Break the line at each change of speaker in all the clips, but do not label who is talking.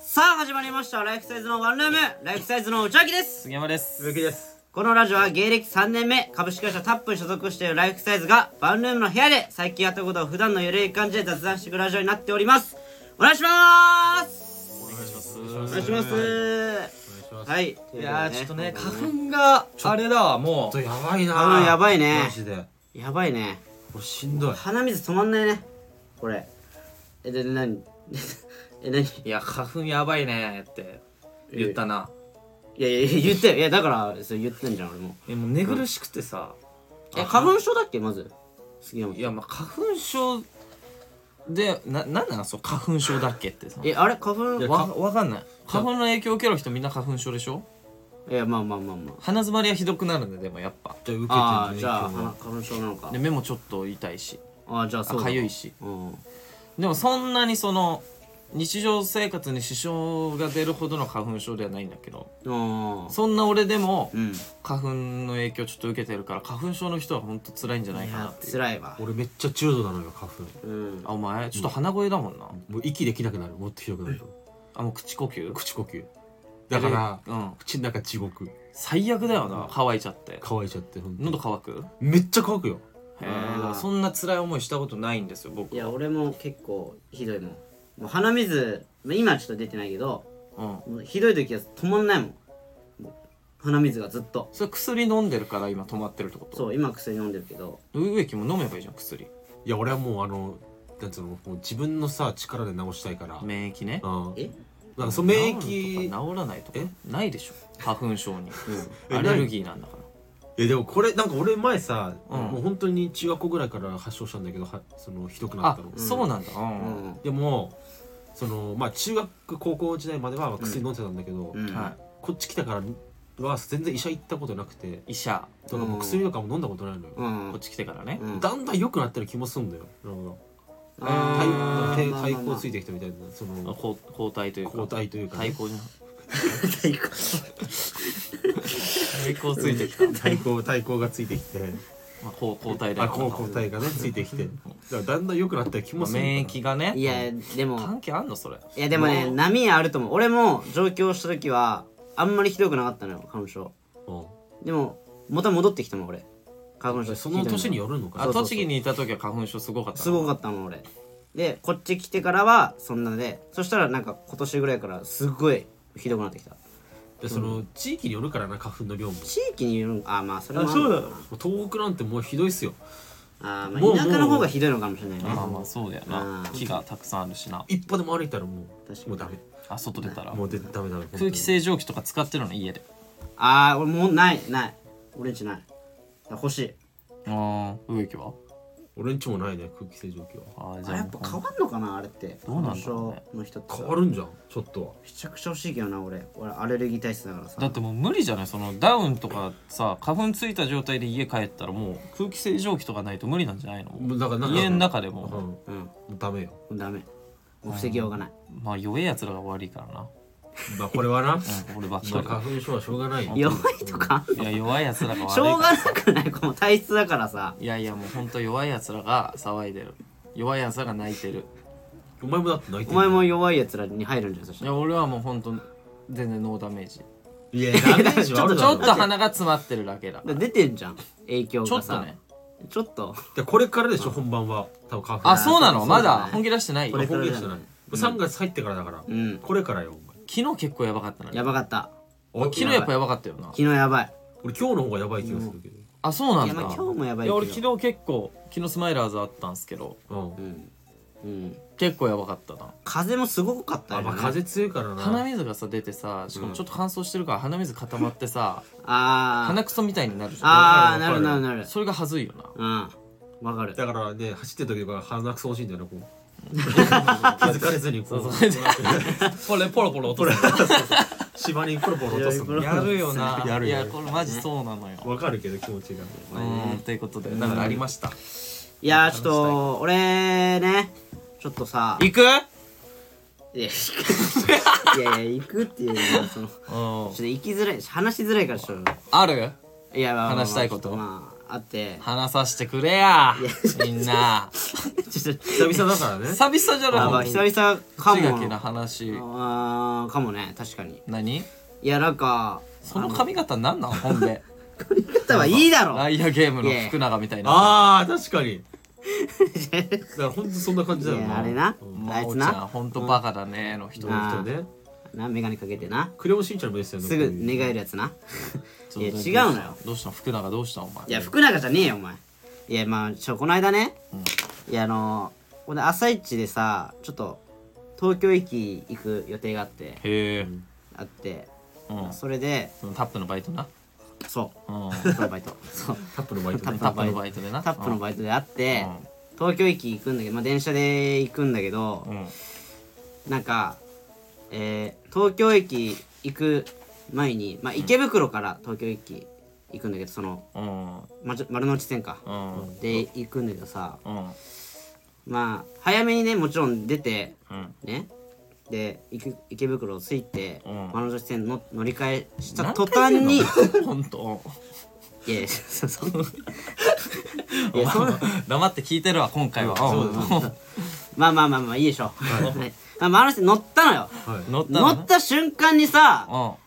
さあ始まりましたライフサイズのワンルームライフサイズの内脇です
杉山です。
鈴木です。
このラジオは芸歴3年目株式会社タップに所属しているライフサイズがワンルームの部屋で最近やったことを普段のゆるい感じで雑談していくラジオになっておりますお願いします
お
お願いしますはい
いやーちょっとね
花
花粉があれだわも
ちょっとやばいな
あーやばいね
マジで。
粉やばいね
これしんどい。
鼻水止まんないねこれえで何 え何いう
いや花粉やばいねって言ったな。
やいや言ってよいやだからそれ言ってんじゃん俺も
えもう寝苦しくてさ、
え花粉症だっけまず杉山
いやまあ花粉症でななんなのそう花粉症だっけってさ。
えあれ花粉
わわかんない。花粉の影響を受ける人みんな花粉症でしょ。
いやまあまあまあまあ
鼻詰まりはひどくなるねでもやっぱ。
じゃあ
あ
受
あ
けてん
じゃあ
の
花
ね
花粉症なのか
で目もちょっと痛いし、
ああじゃあそうだ
痒いし。
うん
でもそんなにその日常生活に支障が出るほどの花粉症ではないんだけど、
ああ
そんな俺でも。
うんい
花粉の影響ちょっと受けてるから花粉症の人は本当辛いんじゃないかな
や
っていう
辛いわ
今。俺めっちゃ重度なのよ花粉。
うん
あお前ちょっと鼻声だもんな、
もう息できなくなる。もっとひどくなると。
あもう口呼吸
口呼吸。だから
うん
口の中地獄。
最悪だよな乾いちゃって
乾いちゃって。ほんと
喉乾く
めっちゃ乾くよ。
へ
あー
えだからそんな辛い思いしたことないんですよ僕
いや俺も結構ひどいもんもう鼻水まあ今はちょっと出てないけど
うん
もうひどい時は止まんないもんもう鼻水がずっと
それ薬飲んでるから今止まってるってこと
そう今薬飲んでるけど
植木も飲めばいいじゃん薬
いや俺はもうあのなんつうのもう自分のさ力で治したいから。うん。
免疫ね
え
なんかその免
治る
疫
と。か治らないとかないでしょ花粉症に
え
アレルギーなんだから
えでもこれなんか俺前さ、
うん
もう本当に中学校ぐらいから発症したんだけどはそのひどくなっ
あ
たの。
そうなんだう、
うんん
でもそのまあ中学高校時代までは薬飲んでたんだけど。
うん
は
こっち来たからは全然医者行ったことなくて
い医者
だからもう薬とかも飲んだことないのよ、
うん
こっち来てからね、
うん
だんだん良くなってる気もすんだよなんか
あー
対
まあまあまあ
対抗ついてきたみたいなその
抗抗体というか
抗体というか、
対抗じゃん
対抗
対抗ついてき た、
対抗対抗がついてきて
まあ、抗抗体だ
あ
よ
抗抗体がねついてきてだからだんだん良くなった気
ま
も
あ
する
免疫
が
がね
いやでも
関係あんのそれ
いやでもね、
ま
波あると思う俺も上京した時はあんまりひどくなかったのよ花粉症でもまた戻ってきたもん俺花粉症
その年に
よ
よるのか
あ
な
栃木にいた時は花粉症すごかった
すご
か
かったもん俺でこっち来てからはそんなでそしたらなんか今年ぐらいからすごいひどくなってきた
でその地域によるからな花粉の量も
地域によるんあまあそれもある
だろ
東北なんてもうひどいっすよ
あーま
も
あ
う
田舎の方がひどいのかもしれないね
まあまあそうだよ
う
な
ん
木がたくさんあるしな
一歩でも歩いたらもう
確かに
もうダメ
あ外出たら
もうでダメダメ
空気清浄機とか使ってるの家で
ああ俺もうないない俺んちないだから欲しい
ああ植木は
俺んちもないね空気清浄機は
あーじ
あ
ゃあ
やっぱ変わんのかなあれって
どうなんだろう
花
ね
粉症の人って
変わるんじゃんちょっとは
めちゃくちゃ欲しいけどな俺俺アレルギー体質だからさ
だってもう無理じゃないそのダウンとかさ花粉ついた状態で家帰ったらもう空気清浄機とかないと無理なんじゃないの
もうだからなんか
家の中で
うん
も
も
うんも
うダメよ
うダメもう防ぎようがない
まあ弱いやつらが悪いからな、
まあこれはな
うん、俺ばっ
ま
か
あ花粉症はしょうがないよ
弱いとか
りいや弱いやつらが悪いから
しょうがなくないこの体質だからさ
いやいやもうほんと弱いやつらが騒いでる弱いやつらが泣いてる
お前もだって泣いて
お前
る
も弱いやつらに入るんじゃんそし
い
たら
や俺はもうほんと全然ノーダメージち
いやダメージはあるだ
ょ
ろ
っと鼻が詰まってるだけだ
だから出てんじゃん影響
ちょ
が
っと
さ
ね
ちょっと
でこれからでしょ本番は多分花粉
あそうな
そ
の
うだ
ま
ね
だ本気出してない
こ
昨
れ
日
本気出してない
これからだね
3月入ってからだから
うん
これからよ
結構やばかったのに
やばかった
お前
昨日やっぱやばかったよな
昨日やばい
俺今日の方がやばい気がするけ
あそうなんだ
いやまあ今日もやばいけ
や
ど
俺昨日結構昨日スマイラーズあったんすけど
どうん
うん、うん、
結構やばかったな
風もすごかったよ、
あ
ね、
まあ風強いから
鼻
な
水がさ出てさしかもちょっと乾燥してるから鼻水固まってさ
あー
鼻くそみたいになるじゃ
あー
わ
な
か
る
る
なる
わ
なる
んそれがはずいよな
うんわかる
だからね走ってる時とか鼻くそ欲しいんだよねこう 気づかれずにこう
ポロポロポロ落とす
芝にポロポロ落とすの
やるよな
やる
い
よ
やこれマジそうなのよ、
わかるけど気持ちが
うーんということでなんかありました
いやーちょっと俺ねちょっとさ
行く
いやいやいや行くっていうのはそのちょっと行きづらいし話しづらいからちょっと
ある
いや、まあまあまあ
話したいこと
まああって
話させてくれやみんな
ちょっと
久々だからね
久々じゃ
あま
な
あ
い
久々か
口がけな
も
話
あーかもね確かに
何
いやなんか
その髪型なんなんほんで
方はいいだろ
ライアゲームの福永みたいな
ああ確かにだから本当そんな感じだよ
いや
な
あれな
うん
あいつ
おちゃん
な
ほんとバカだねの人
人の人ね
な眼鏡かけてな
クレヨンしんちゃんもですよね
すぐ
こういう
寝返るやつないや違うのよ
どうしたの福永どうしたのお前
いや福永じゃねえよお前いやまあちょこの間ね、いやあの俺朝一でさちょっと東京駅行く予定があって
へえ
あって
うん
それで
そのタップのバイトな
そう
うん
タップのバイトそう
タップのバイト
タッ
ね
プ
タ
の
ップ
バイ
の
ト
バイトでな
タップのバイトであって、
うん
東京駅行くんだけど、まあ、電車で行くんだけど、
うん
なんか、えー東京駅行く前に、まあ、池袋から東京駅行くんだけどその、
うん
ま、ちょ丸の内線か、
うんうん
で行くんだけどさ
うん
まあ早めにねもちろん出て
うん
ねで池池袋着いて、
うん
丸の内線の乗り換えした
何
途
回
端にい
言 うのほんと
やいやそうそう
お前も黙って聞いてるわ今回はう
まあまあまあまあいいでしょう、はいまあ、丸の内線乗ったのよ
はい
ん乗ったの
乗った瞬間にさ
うん
も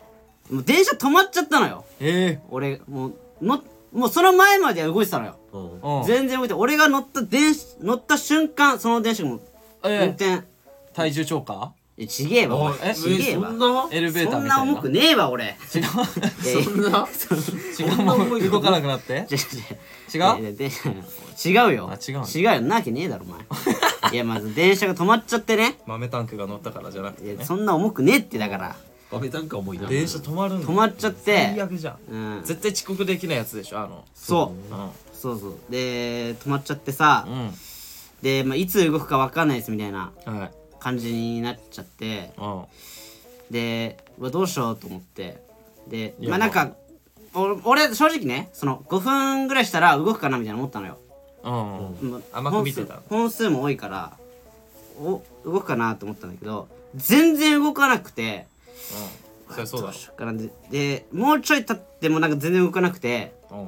う電車止まっちゃったのよ
え
俺もうのもうその前までは動いてたのよ
うん
えうん
全然動いて俺が乗った電車乗った瞬間その電車がもう運
ええ
転
体重超過
えちげえわお
お
前
え
ちげえわ
そんな
エレベータ
そ
ー
ん
みた
ない
な
重くねえわ俺
違う
え
そんな
違うもう動かなくなって
違
違
う
う
違うで違うよ
あ違うの
違うよなわけねえだろお 前いやまず電車が止まっちゃってね
豆タンクが乗ったからじゃなく
い
て
や
ね
そんな重くねえってだから
バメなんか重いな
電車止まるんだ
止まっちゃって
最悪じゃん
うん
絶対遅刻できないやつでしょあの
そううそうそうで止まっちゃってさ
ん
でまあいつ動くか分かんないですみたいな
うんはい
感じになっちゃって
うん
でうわどうしようと思ってで
いや
まあなんかお俺正直ねその5分ぐらいしたら動くかなみたいな思ったのよ、
うんうん
ま
甘く見てたの
本数本数も多いからお動くかなと思ったんだけど全然動かなくて
そりゃそうだ
どうしようかなででもうちょい経ってもなんか全然動かなくて
ろう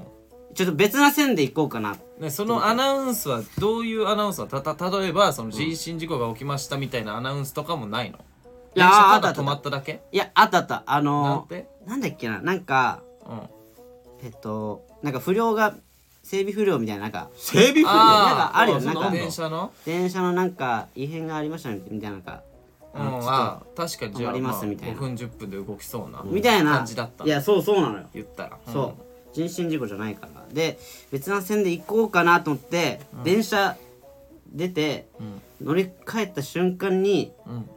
ん
ちょっと別な線で行こうかな
ね、そのアナウンスはどういうアナウンスはたた例えばその人身事故が起きましたみたいなアナウンスとかもないの
いや
電車
ー
ただ
あった
止まっただけ
いやあったあったあ
なん
のー
て
なんだっけななんか
うんあ
えっとなんか不良が整備不良みたいななんか
整備
あ
不良
なんかあるよ
ーその
なんか
電車の
電車のなんか異変がありましたねみたいななんか
うんあー確かにじゃあ
止まります
あ
みたいな
5分10分で動きそうな
みたいな
感じだった
いやそうそうなのよ、
言ったら
そう人身事故じゃないからで別な線で行こうかなと思って、電車出て、
ん
乗り換えた瞬間に
うん、うん、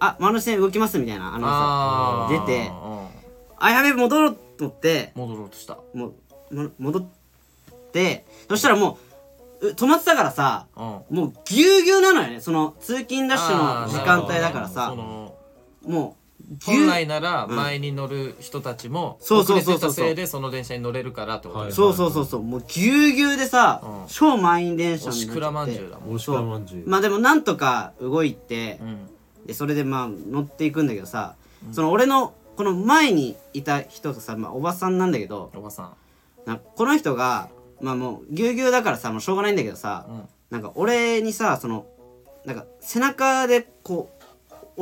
あ丸の線動きますみたいなあ
あ
の
ー
出て
うん
あやべえ戻ろうと思って
戻ろうとした
もうも戻ってそしたらもうう止まってたからさ
うん
もうぎゅうぎゅうなのよねその通勤ラッシュ
あ
の
ー
時間帯だから
な
さ
るほどその
もうぎゅ
本
う
来なら前に乗る人たちも
そう
遅
そう
れ
そう
て
そう
たせいでその電車に乗れるからってこと
はい
でしょ
そうそうそうそうもうぎゅうぎゅうでさ、
うん
超満員電車
お
になっちゃっ
してくらまんじゅうだもん
おしかまんじゅう
まあでもなんとか動いて
う、ん
でそれでまあ乗っていくんだけどさ、その俺のこの前にいた人がさ、まあ、おばさんなんだけど
おばさん
なんかこの人がまあもうぎゅうぎゅうだからさもうしょうがないんだけどさ、
うん
なんか俺にさそのなんか背中でこう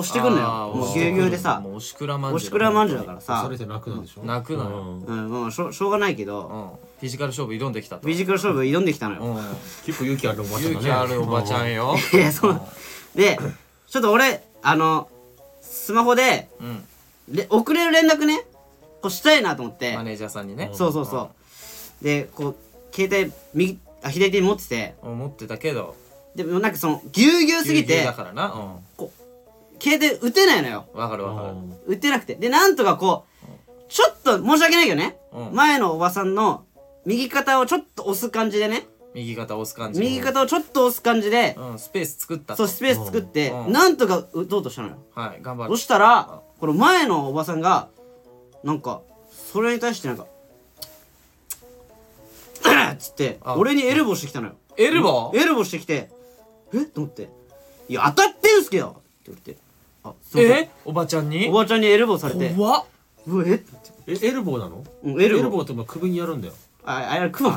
押してくんの
あ
よ
ー
も
押
う
し
ぎ
て
ゅ
く
う
る
ぎゅうでさ
もうおしくらまんじゅう
おしくらまんじゅうだから
さ
さ
れて泣くなんでしょ
泣くなよ
うん
うん、まあしょしょうがないけど、
うんフィジカル勝負挑んできたと
ビジクロ勝負挑んできたのよ、
うん
結構勇気あるおばちゃんだね
勇気あるおばちゃんよ
いやそうでちょっと俺あのスマホで
うん
れ遅れる連絡ねこうしたいなと思って、
マネージャーさんにね
そうそうそうでこう携帯右あ左手に持ってて
うん持ってたけど
でもなんかそのぎゅうぎゅうすぎ
ぎゅうぎゅう
て
だからなう
携帯打てないのよ
んわかる
う
わかる
ん
打てなくてでなんとかこうちょっと申し訳ないけどね、
うん
前のおばさんの右肩をちょっと押す感じでね
右肩押す感じ
右肩をちょっと押す感じで、
うんスペース作ったと
そうスペース作って、
うん
なんとか打とうとしたのよ
はい頑張る
そしたらこの前のおばさんがなんかそれに対してなんか 「っつって
あ
俺にエルボーしてきたのよ
エルボー
エルボーしてきて「えっ?」と思って「いや当たってんすけど!」って言われて「あすいま
えおばちゃ
せ
ん
ん
に
おばちゃんにエルボーされて
怖っ
うわえっ?」
えエルボーなの
うんエ
エ
ル
ル
ボー
ボーってお前首にやるんだよ
あ、あれ、クモ。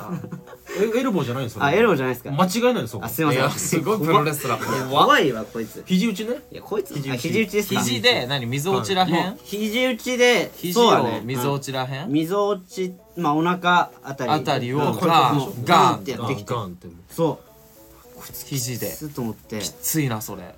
えエルボーじゃないんです よ
あ、エロじゃないですか。
間違いないですよ
あ、すいま
い
せん
や。すごいプロレスラー
怖いわ、こいつ。
肘打ちね
いや、こいつ、あ肘打ちですか
肘。で何溝落ちらへん
肘打ちで、
肘
そうだ
を
ね
溝落ちらへん
溝落ち、まあ、お腹あたり。
あたりを
もうこれ
ガン
もう
ガン
ってや
ガ
ってき
ン
て。
ガンって
そ
肘
う。
です
っと思って。
ついなそれ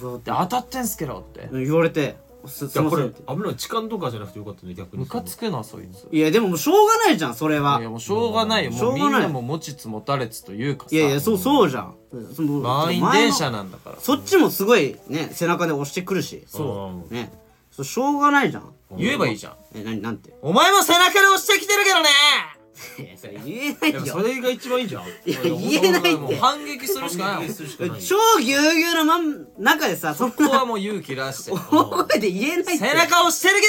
うわって
で当たってんすけどって
言われて。す
い
すい
や
ま
こ
せん
れ
って
危ない痴漢とかじゃなくてよかったね逆に
ムカつくなそいつ
いや、でももうしょうがないじゃん、それはい
や。もうしょうがないよ
しょ
も
う
う
が
み
ない
んなも持ちつ持たれつというかさ
いやいや、そう、そうじゃん。その
満員電車なんだから
そっちもすごいね背中で押してくるし
そう
ねそうしょうがないじゃん
言えばいいじゃん
えなになんて
お前も背中で押してきてるけどね
いやそれ言えない
いや
よ
それが一番いいじゃん
いや言えないっ
もう
て
反撃するしかないもん
するしかない
超ぎゅうぎゅうのまん中でさそん
ここ
な
はもう勇気出して
大声で言えないって
背中押してるけ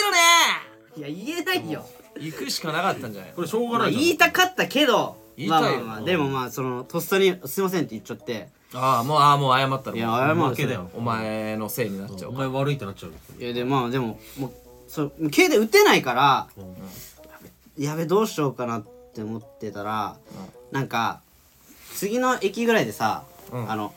どね
いや言えないよ
行くしかなかったんじゃない
これしょう
ま
がな
あ
いじゃん
言いたかったけど
言い
まあ
た
まあ
いよ
まあでもまあそのとっさに「すいません」って言っちゃって
ああもうああもう謝ったら
いや
もう
謝る
負けだよ
お前のせいになっちゃ
お
うから
前悪いってなっちゃう
いやでまあでももうそう手で打てないから、
うん
やべやべどうしようかなって思ってたら、なんか次の駅ぐらいでさ、
うん
あの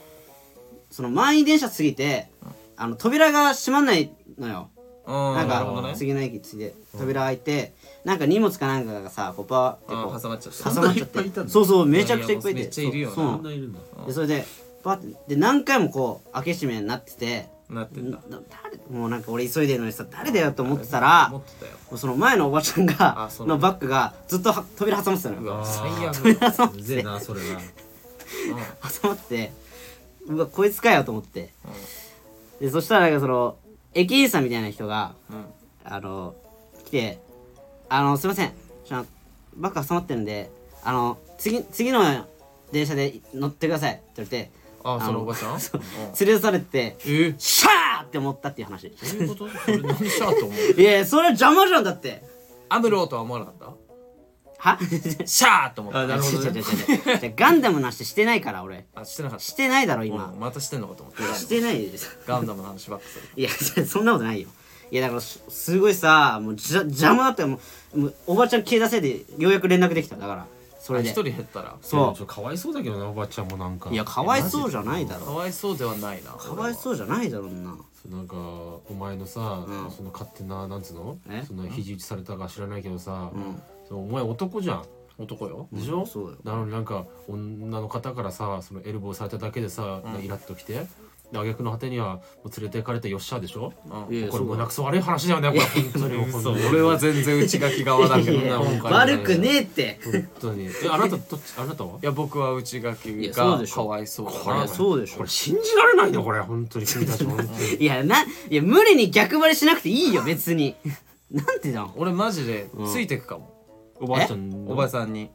その満員電車過ぎて、あの扉が閉まんないのよ。
うん
なん
なる
か
ほどね
次の駅次で扉開いて、なんか荷物かなんかがさこうパー
あ
っ
ー
て
挟
こ
まっちゃっ
う挟まっちゃ
た
っ
そんないっぱいいた
て
の
そうそうめちゃくちゃいっぱいいて
いやいやめっちゃいるよな
そう
そ
そ
ん
う
ないるんだ
でそれでパーってで何回もこう開け閉めになってて
なってんだ
な誰もうなんか俺急いでるのにさ誰だよと思ってたら
持ってたよ
もうその前のおばちゃんが
あそうな
の
ん
バッグがずっとは扉挟まってたの
う
よ
わ最
あー
悪だ
挟まっ
う
て
ぜえなそれが
挟まっててうわこいつかよと思って、でそしたらなんかその駅員さんみたいな人が
うん
あの来て「あのすいませんちょっとバッグ挟まってるんであの次次の電車で乗ってください」って言われて
ああ
の
そのおばちゃ んうん
連れ出されて
えー
「シャー!」って思ったっていう話
どういうことそれ何したと思う
いやいやそれは邪魔じゃんだって
アムローとは思わなかった
は
シャーと思った
あなるほ
違う
ど
違う違
ね
う違う違うガンダムの話してないから俺
あしてなかった
してないだろ
う
今
んまたしてんのかと思って
してないです
ガンダムの話ばっかする
いやそんなことないよいやだからすすごいさもうじゃ邪魔だったよもうもうおばちゃん消えたせいでようやく連絡できただからそ
あ
れ
一
で
人減ったら
いや
そ
ちょっとかわいそうだけどなおばちゃんもなんか
ういやかわいそうじゃないだ
か
ろ
わいそうではないな
かわいそうじゃないだろんな
なんかお前のさ、
うん
その勝手ななんつうの
え
その肘打ちされたか知らないけどさ、
ん
そのお前男じゃん
男よ
でしょ、
そうよ
なのになんか女の方からさそのエルボーされただけでさ、イラッときてで挙句の果てにはもう連れて行かれてよっしゃでしょ
うん
いやいや
こ
そ
れ
う
胸くそ悪い話だよねこれ本当に本当に
俺は全然内垣側だけど
いや
な今回は
悪くねえって
本当にえあなたどっちあなたはい
や僕は内垣
やそう
が
でしょ
かわいそう
い
だ
や
な
そうでし
こ
ょ
れ信じられないねこれ本当に 君たち本当に
いやないや無理に逆張りしなくていいよ別になんてだん
俺マジでついてくかも
おばあちゃんの
おばさんに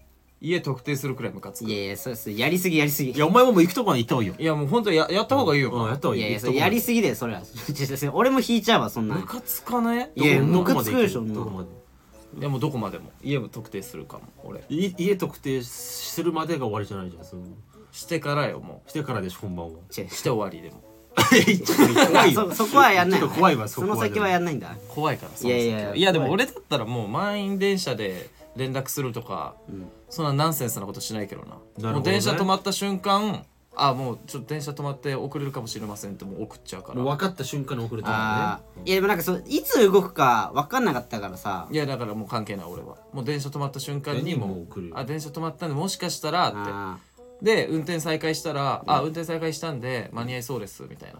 家特定するくらいムカつく
い
い
やいやそうそうやりすぎやりすぎ
いやお前ももう行くとこまで行った方がいいよ
やもう本当ややった方がいい
うんや
よ
った方がい
い
い
やいや、
行く
それ
とこまで
やりすぎだよ、それは。 俺も引いちゃうわ、そんな
ム
ん。
カつかね
いやいや、
ど
ム
こ
カ
ま
つ
で
くでしょ、そんな
どこま
ん
で
でもどこまでも家も特定するかも俺
い家特定するまでが終わりじゃないじゃんその
してからよも
してからでしょ本 番は
ちょ
うして終わりでも
ちょっと怖いよ
そ そこはやんない
ちょ
の
っ
ね。
と怖いわ
そ
こ
の
は
先はやんないんだ。
怖いからさ
いやいや
その先はいい
や
やでも俺だったらもう満員電車で連絡するとか、そんなナンセンスなことしないけどな
どね
もう電車止まった瞬間あもうちょっと電車止まって遅れるかもしれませんってもう送っちゃうか
もう
ら
分かった瞬間に遅れた
あ
か
あ。いや、でもなんかそう、いつ動くか分かんなかったからさ。
いやだからもう関係ない俺はもう電車止まった瞬間に
何
も
もう送る
あ電車止まったんでもしかしたらって
あ
で運転再開したら「あ運転再開したんで間に合いそうです」みたい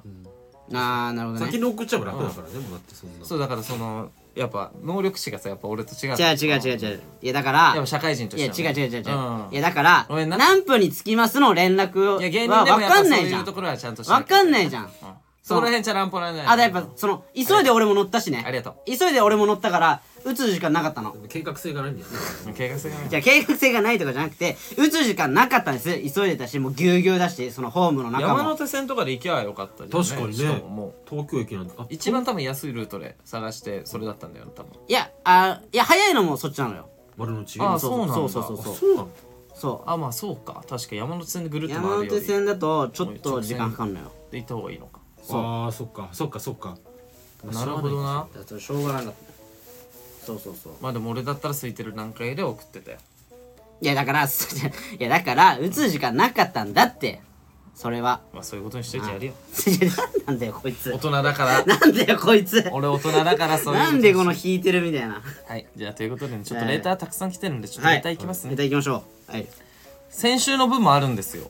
な、
ーあー、なるほ
ら
どね
ね先。に送っちゃえば楽だからねもうだってそんな
そうだからそのやっぱ能力値がさやっぱ俺と違う
違う違う違う違う。いや、だから
やっぱ、社会人と
い
し
や、
て
違
は
う
ね、
違う違う違う。
ん
いや、だから、
ごめんな
何分につきますの連絡
いや芸人で
は
も
分
やっぱ
か
そうん
ないじゃ。
いうんとこ
分
ろはちゃんとしなきゃ
かんないじゃん。
うんそこら辺ちゃらんぽらんない
あ、だやっぱ、その、急いで俺も乗ったしね。
ありがとう
急いで俺も乗ったから、打つ時間なかったの。
計画性がないんだよね
計画性がない
じゃあ計画性がないとかじゃなくて打つ時間なかったんです急いでたしもうぎゅうぎゅうだしそのホームの中
山
も
手線とかで行きゃよかったじゃん
確かに
し
ね
ももう
東京駅なんてあ
一番多分安いルートで探してそれだったんだよ多分
いやあいや早いのもそっちなのよ
丸の内
あそうなんだ
そうそうそうそう
そうなの
そ
あまあそうか確か山手線でぐる
う
っと回
山
るよ
手
りで
線だとちょっと時間かかるのよ
行った方がいいのか
そう
ああそっかそっかそっか
なるほどな
だからしょうがなかったそうそうそう
まあでも俺だったら空いてる段階で送ってたよ
いやだから、 そうじゃいやだから、打つ時間なかったんだって。それは。
まあそういうことにしといてやるよ
いやなんだよこいつ
大。人だから
なんだよこいつ。
俺大人だからそういう
なんでこの
日
引いてるみたいな。
はいじゃあということでねちょっとレーターたくさん来てるんでちょっと
はい
レーターいきます
ネ
ね
タいきましょう。はい。
先週の分もあるんですよ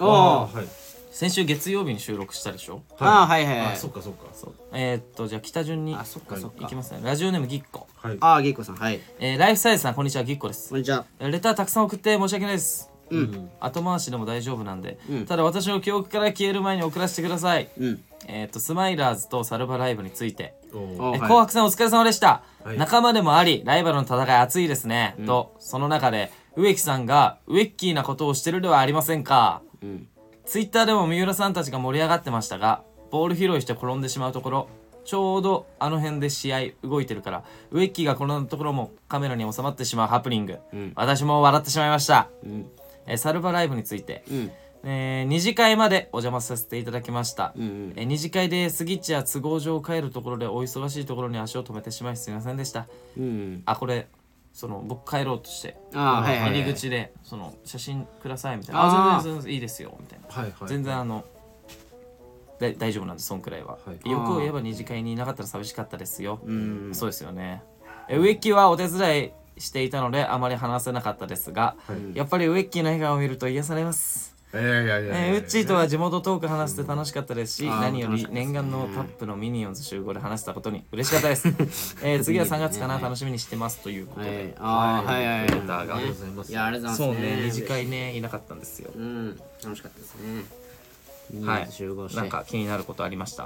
お
あ
お
ー。はい
先週月曜日に収録したでしょ
ああ、はいはいはい
あ。そっかそっか
そうえー、っとじゃあ北順に
あそっかそっか
いきますねラジオネームぎっこ、
はい
ああ、ゲイコさん。はい。
えー、ライフサイズさんこんにちはぎっこです
こんにちは。
レターたくさん送って申し訳ないです
うん。
後回しでも大丈夫なんで、
うん
ただ私の記憶から消える前に送らせてください、
うん。
えー、っとスマイラーズとサルバライブについて
お
あ
お
は
え
い
紅白戦お疲れ様でした、
はい
仲間でもありライバルの戦い熱いですね、とその中で植木さんが植木キーなことをしてるではありませんか
うん。
ツイッターでも三浦さんたちが盛り上がってましたがボール拾いして転んでしまうところちょうどあの辺で試合動いてるから植木がこのところもカメラに収まってしまうハプニング、
うん
私も笑ってしまいました、
うん。
えーサルバライブについて、
うん。
えー二次会までお邪魔させていただきました、
うん。
えー二次会で杉地や都合上帰るところでお忙しいところに足を止めてしまいすみませんでした
うん。
あこれその僕帰ろうとして
ああ、はいはいはい。
入り口でその写真くださいみたいな「あ
あー
全然全然いいですよ」みたいな
はいはい
全然あのだ大丈夫なんでそんくらいは、
はい
欲を言えば二次会にいなかったら寂しかったですよ
うん。
そうですよねえ植木はお手伝いしていたのであまり話せなかったですが、
はい
やっぱり植木の笑顔を見ると癒されます
いやいやいやいや
えー、ウッチーとは地元トーク話して楽しかったですし、
あー
何よ
楽し
り
かったです
念願のカップのミニオンズ集合で話したことに嬉しかったです。 えー、次は3月かな、楽しみにしてますということ
は
で。
い、ああ、はいはいはい。
レターが
ね
あり
がとうございます
いや、ありがとうござい
そ
ま
う
す、
ね、二次会ね、いなかったんですよ。
うん、楽しかったですね。
は
みんなで集合し
い。
て
なんか気になることありました。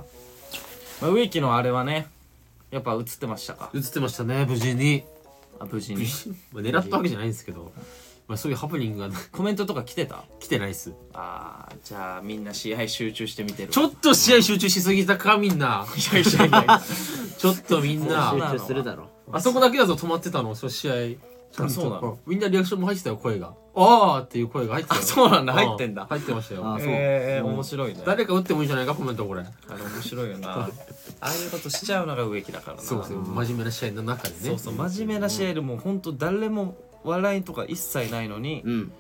まあ、ウィキのあれはね、やっぱ映ってましたか
映ってましたね無事に
あ無事に。
まあ狙ったわけじゃないんですけどまあそういうハプニングが
コメントとか来てた
来てないっす
あー、じゃあみんな試合集中して見てる。
ちょっと試合集中しすぎたかみんな
いやいやいや
ちょっとみん
そう
な
だ
集中するだろ
あそこだけだぞ止まってたのそう試合ちゃんと
そうなの
みんなリアクションも入ってたよ声があーっていう声が入ってたよ
あそうなんだ入ってんだ
う入ってましたよ
あそう
えー、面白いね。
誰か打ってもいいんじゃないかコメントこれ
あれ面白いよな。 ああいうことしちゃうのが植木だからな。
そうそう真面目な試合の中でね
そうそう真面目な試合でもう本当誰も笑いとか一切ないのに、
う。うん、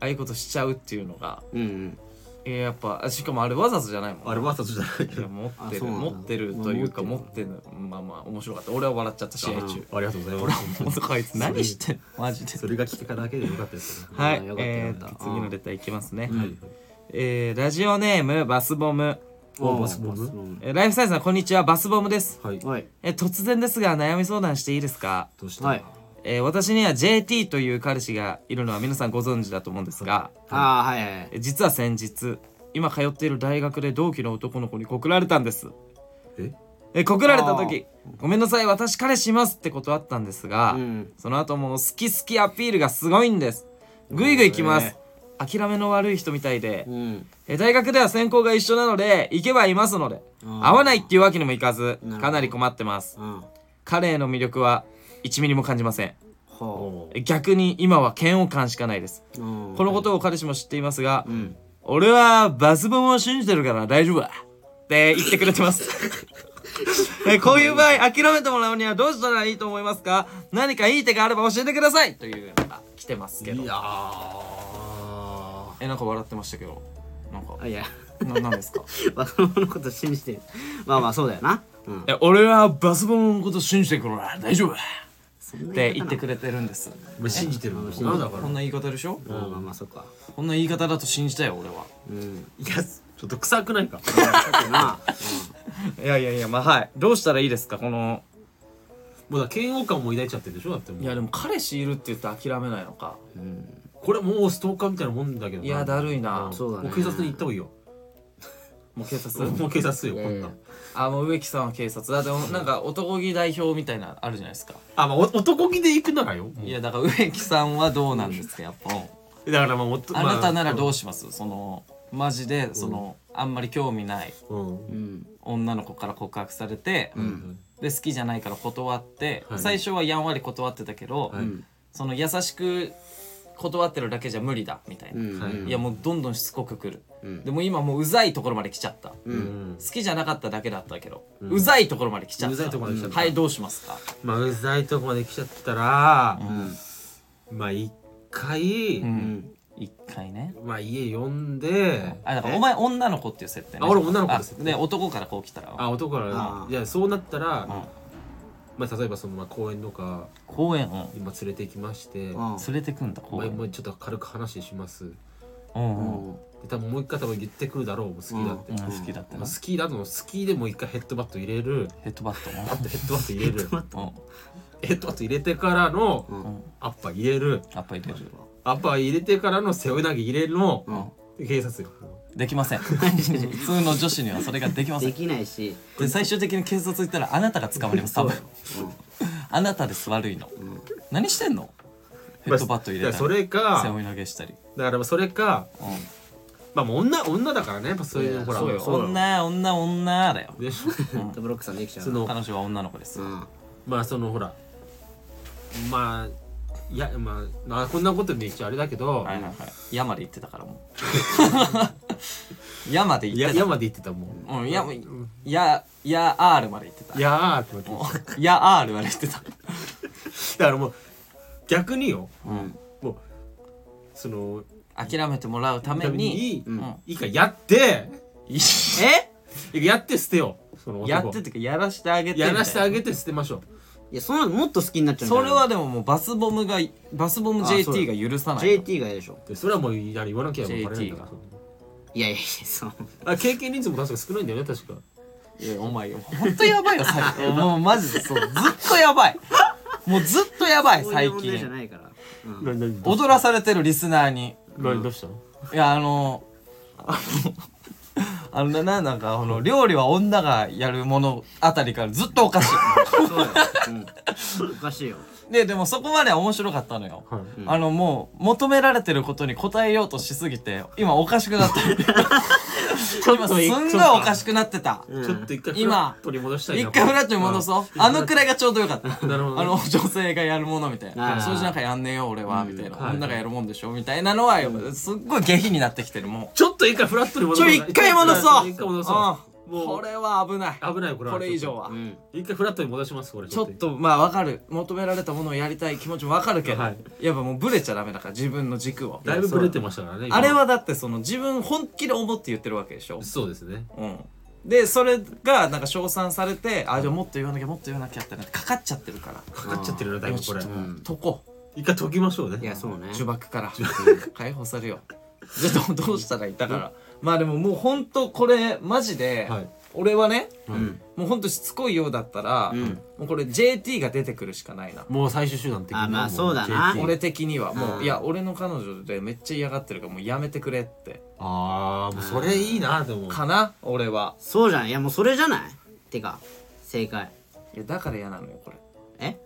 ああいうことしちゃうっていうのが、
うん、うん。
えーやっぱあしかもあれわざとじゃないもん
あれわざとじゃないけ
いや
ど
持って
あ
る
そうなんだ
持ってるというか
まあ
持ってるまあまあ面白かった俺は笑っちゃった試合中
ありがとうござ います
本当こいつ何してんの マジで
それが聞けただけでよかったですよね
はい
あよかった
え
よか
ー
った
次のレターいきますね、
うん
はい
えーラジオネームバスボム、
お
ー
バスボム
えーライフサイズさんこんにちはバスボムです、
はい
はい、
えー突然ですが悩み相談していいですか
どうした
はい。
えー私には JT という彼氏がいるのは皆さんご存知だと思うんですが、
ああ、はいはいはい。
えー実は先日今通っている大学で同期の男の子に告られたんです
え
えー告られた時「ごめんなさい私彼氏います」ってことあったんですが、
うん
その後もう好き好きアピールがすごいんですぐいぐい来ま
へ
す諦めの悪い人みたいで、
うん、
えー大学では専攻が一緒なので行けばいますので
あー
合わないっていうわけにもいかず
ほど
かなり困ってます
うん。
彼への魅力は1ミリも感じません
ほ
おー
逆に今は嫌悪感しかないです
う。うん。
このことを彼氏も知っていますが、
ん
俺はバスボムを信じてるから大丈夫だって言ってくれてます えこういう場合諦めてもらうにはどうしたらいいと思いますか何かいい手があれば教えてくださいというのが来てますけど
いやー
えなんか笑ってましたけどなんか
あ、いや、
ななんですか
若者のこと信じてる。まあまあ、そうだよな。うん。
え俺はバスボムのこと信じてるから大丈夫だ
そん
っ
な
て
言い方
言っ
な
てくれてるんです
まあ信じてるもんなだか
こんな言い方でしょ
まあまあまあ、そっか。
こんな言い方だと信じたよ俺は
うん。
いやちょっと臭くないか
だってな。
いやいやいやまあはいどうしたらいいですかこの
もうだから嫌悪感も抱いちゃってるでしょだっても
いや
う
でも彼氏いるって言って諦めないのか
うん。
これもうストーカーみたいなもんだけどない
やだるいな
そうだね
もう警察に行った方がいいよ
もう警察
もう警察よこん
いや
ないん
や
あもう植木さんは警察だでもなんか男気代表みたいなのあるじゃないですか
あまあお男気で行くならよもう
いやだから植木さんはどうなんですかやっぱ
だからまあおと
あなたならど
う
うしますそのマジでそのあんまり興味ない
うん
うん。
女の子から告白されて
うん
で好きじゃないから断って
はい
最初はやんわり断ってたけど
はい
その優しく断ってるだけじゃ無理だみたい
うん。う。
なん
はい
いやもうどんどんしつこくくる
うん
でも今もううざいところまで来ちゃった
う。
うんん
好きじゃなかっただけだったけど、う
うん
ざいところまで来ちゃった
うざいとこまで来ちゃった
はいどうしますか
まあうざいとこまで来ちゃったら
うん
まあ一回、
う
うん
ん
一回ね
まあ家呼んで
あだからお前女の子っていう設定ね
あ俺女の子です
あで男からこう来たら
あ男から
あー
いやそうなったら、
うん
まあ、例えばその、まあ、公園とか
公園うん
今連れて行きまして、
うん
まあ
連れてくんだ公園
もうちょっと軽く話しますで
うんうんうん
多分もう一回多分言ってくるだろうもう好きだって、
好きだった
ま
な
あ、スキーだとのスキーでもう一回ヘッドバット入れる
ヘッドバットも
あとヘッドバット入れる
うん
ヘッドバット入れてからの
うん
うん
アッパー入れる
やっぱ入れる
アッパー入れてからの背負い投げ入れるの
うん
警察よ
できません普通の女子にはそれができませ
で
ん
きないし、
で最終的に警察行ったらあなたが捕まります多分あなたです悪いの何してんのヘッドバット入れ
い
た
や
り
それ
背
か
負い投げしたり
だからそれか
う
まあもう女女だからねやっぱそういうのほら
そうよ
ん女女女だよ
で し
うんヘッドブロックさんできちゃ
そう
な。
の
彼女は女の子です
うん
まあそのほらまあいやまあ、まあ、こんなことで一応あれだけど、
はいはいはい山で行ってたからもう山で
い
行っ
や
て
山で言ってたもん
たうんいやいやいや R まで行ってた
いやーって思ってま
い や R まで行ってた
すだからもう逆によ
うん
もうその
諦めてもらうため
ため
に
に、
うん
うん
いいかやって
え
やって捨てようその男
やっててかやらしてあげて
やらしてあ
て
げて捨てましょ
いや、そのもっと好きになっちゃうんじゃ
そ
な
れ
い
はでももうバスボムがバスボム
あそうだ
JT が許さない
JT が嫌でしょ。
うでそれはもうや言わなきゃもうバレないんだか
JT
いやいやいや、その。
らあ経験人数も確か少ないんだよね確か
いやお前よほんとやばいよ最近もうマジでそうずっとやばいもうずっとやばい
そうい
最
う問題じゃ
近
ないから。うん
何何
踊らされてるリスナーに
何どうしたの
いやあのあのあのななんかこの料理は女がやるものあたりからずっとおかし
そうよ。うんおかしいよ。
いででもそこまでは面白かったのよ
はい
うん
あのもう求められてることに応えようとしすぎて今おかしくなってる今すんごいおかしくなってた
うん
ちょっと一回
今
取り戻したい
一
な
回フラットに戻そうあのくらいがちょうどよかった
うんなるほどね
あの女性がやるものみたい
あ
な
ー
それじゃなんかやんねえよ俺はみたいな
はい
女がやるもんでしょみたいなのはすっごい下品になってきてるも
ちょっと一回フラットに
う
戻
ち
そ
ょ
う
一回戻そう
一回戻そ
うん
もう
これは危ないう
危ないよこれは
これ以上は
うん
一回フラットに戻しますこれ
ちょっとまあわかる求められたものをやりたい気持ちもわかるけど
はい
やっぱもうブレちゃダメだから自分の軸を
だいぶブレてましたからね今
あれはだってその自分本気で思って言ってるわけでしょ
そうですね
うんでそれがなんか称賛されてあじゃあもっと言わなきゃもっと言わなきゃってなってかかっちゃってるから
かかっちゃってるなだいぶこれ
ちょっと
うん
とこ
一回解きましょうね
いや、そうね。
呪縛から解放されよう ちょっとどうしたらいいだからまあでももうほんとこれマジで、
はい
俺はね
うん。
もうほんとしつこいようだったら、
うん
もうこれ JT が出てくるしかないな
もう最終手段的に
あまあ
も
そうだな
JT
俺的にはも
う
うんいや俺の彼女でめっちゃ嫌がってるからもうやめてくれって
ああもうそれいいなでも
かな俺は
そうじゃん。いや、もうそれじゃないてか、正解。
いやだから嫌なのよこれ
え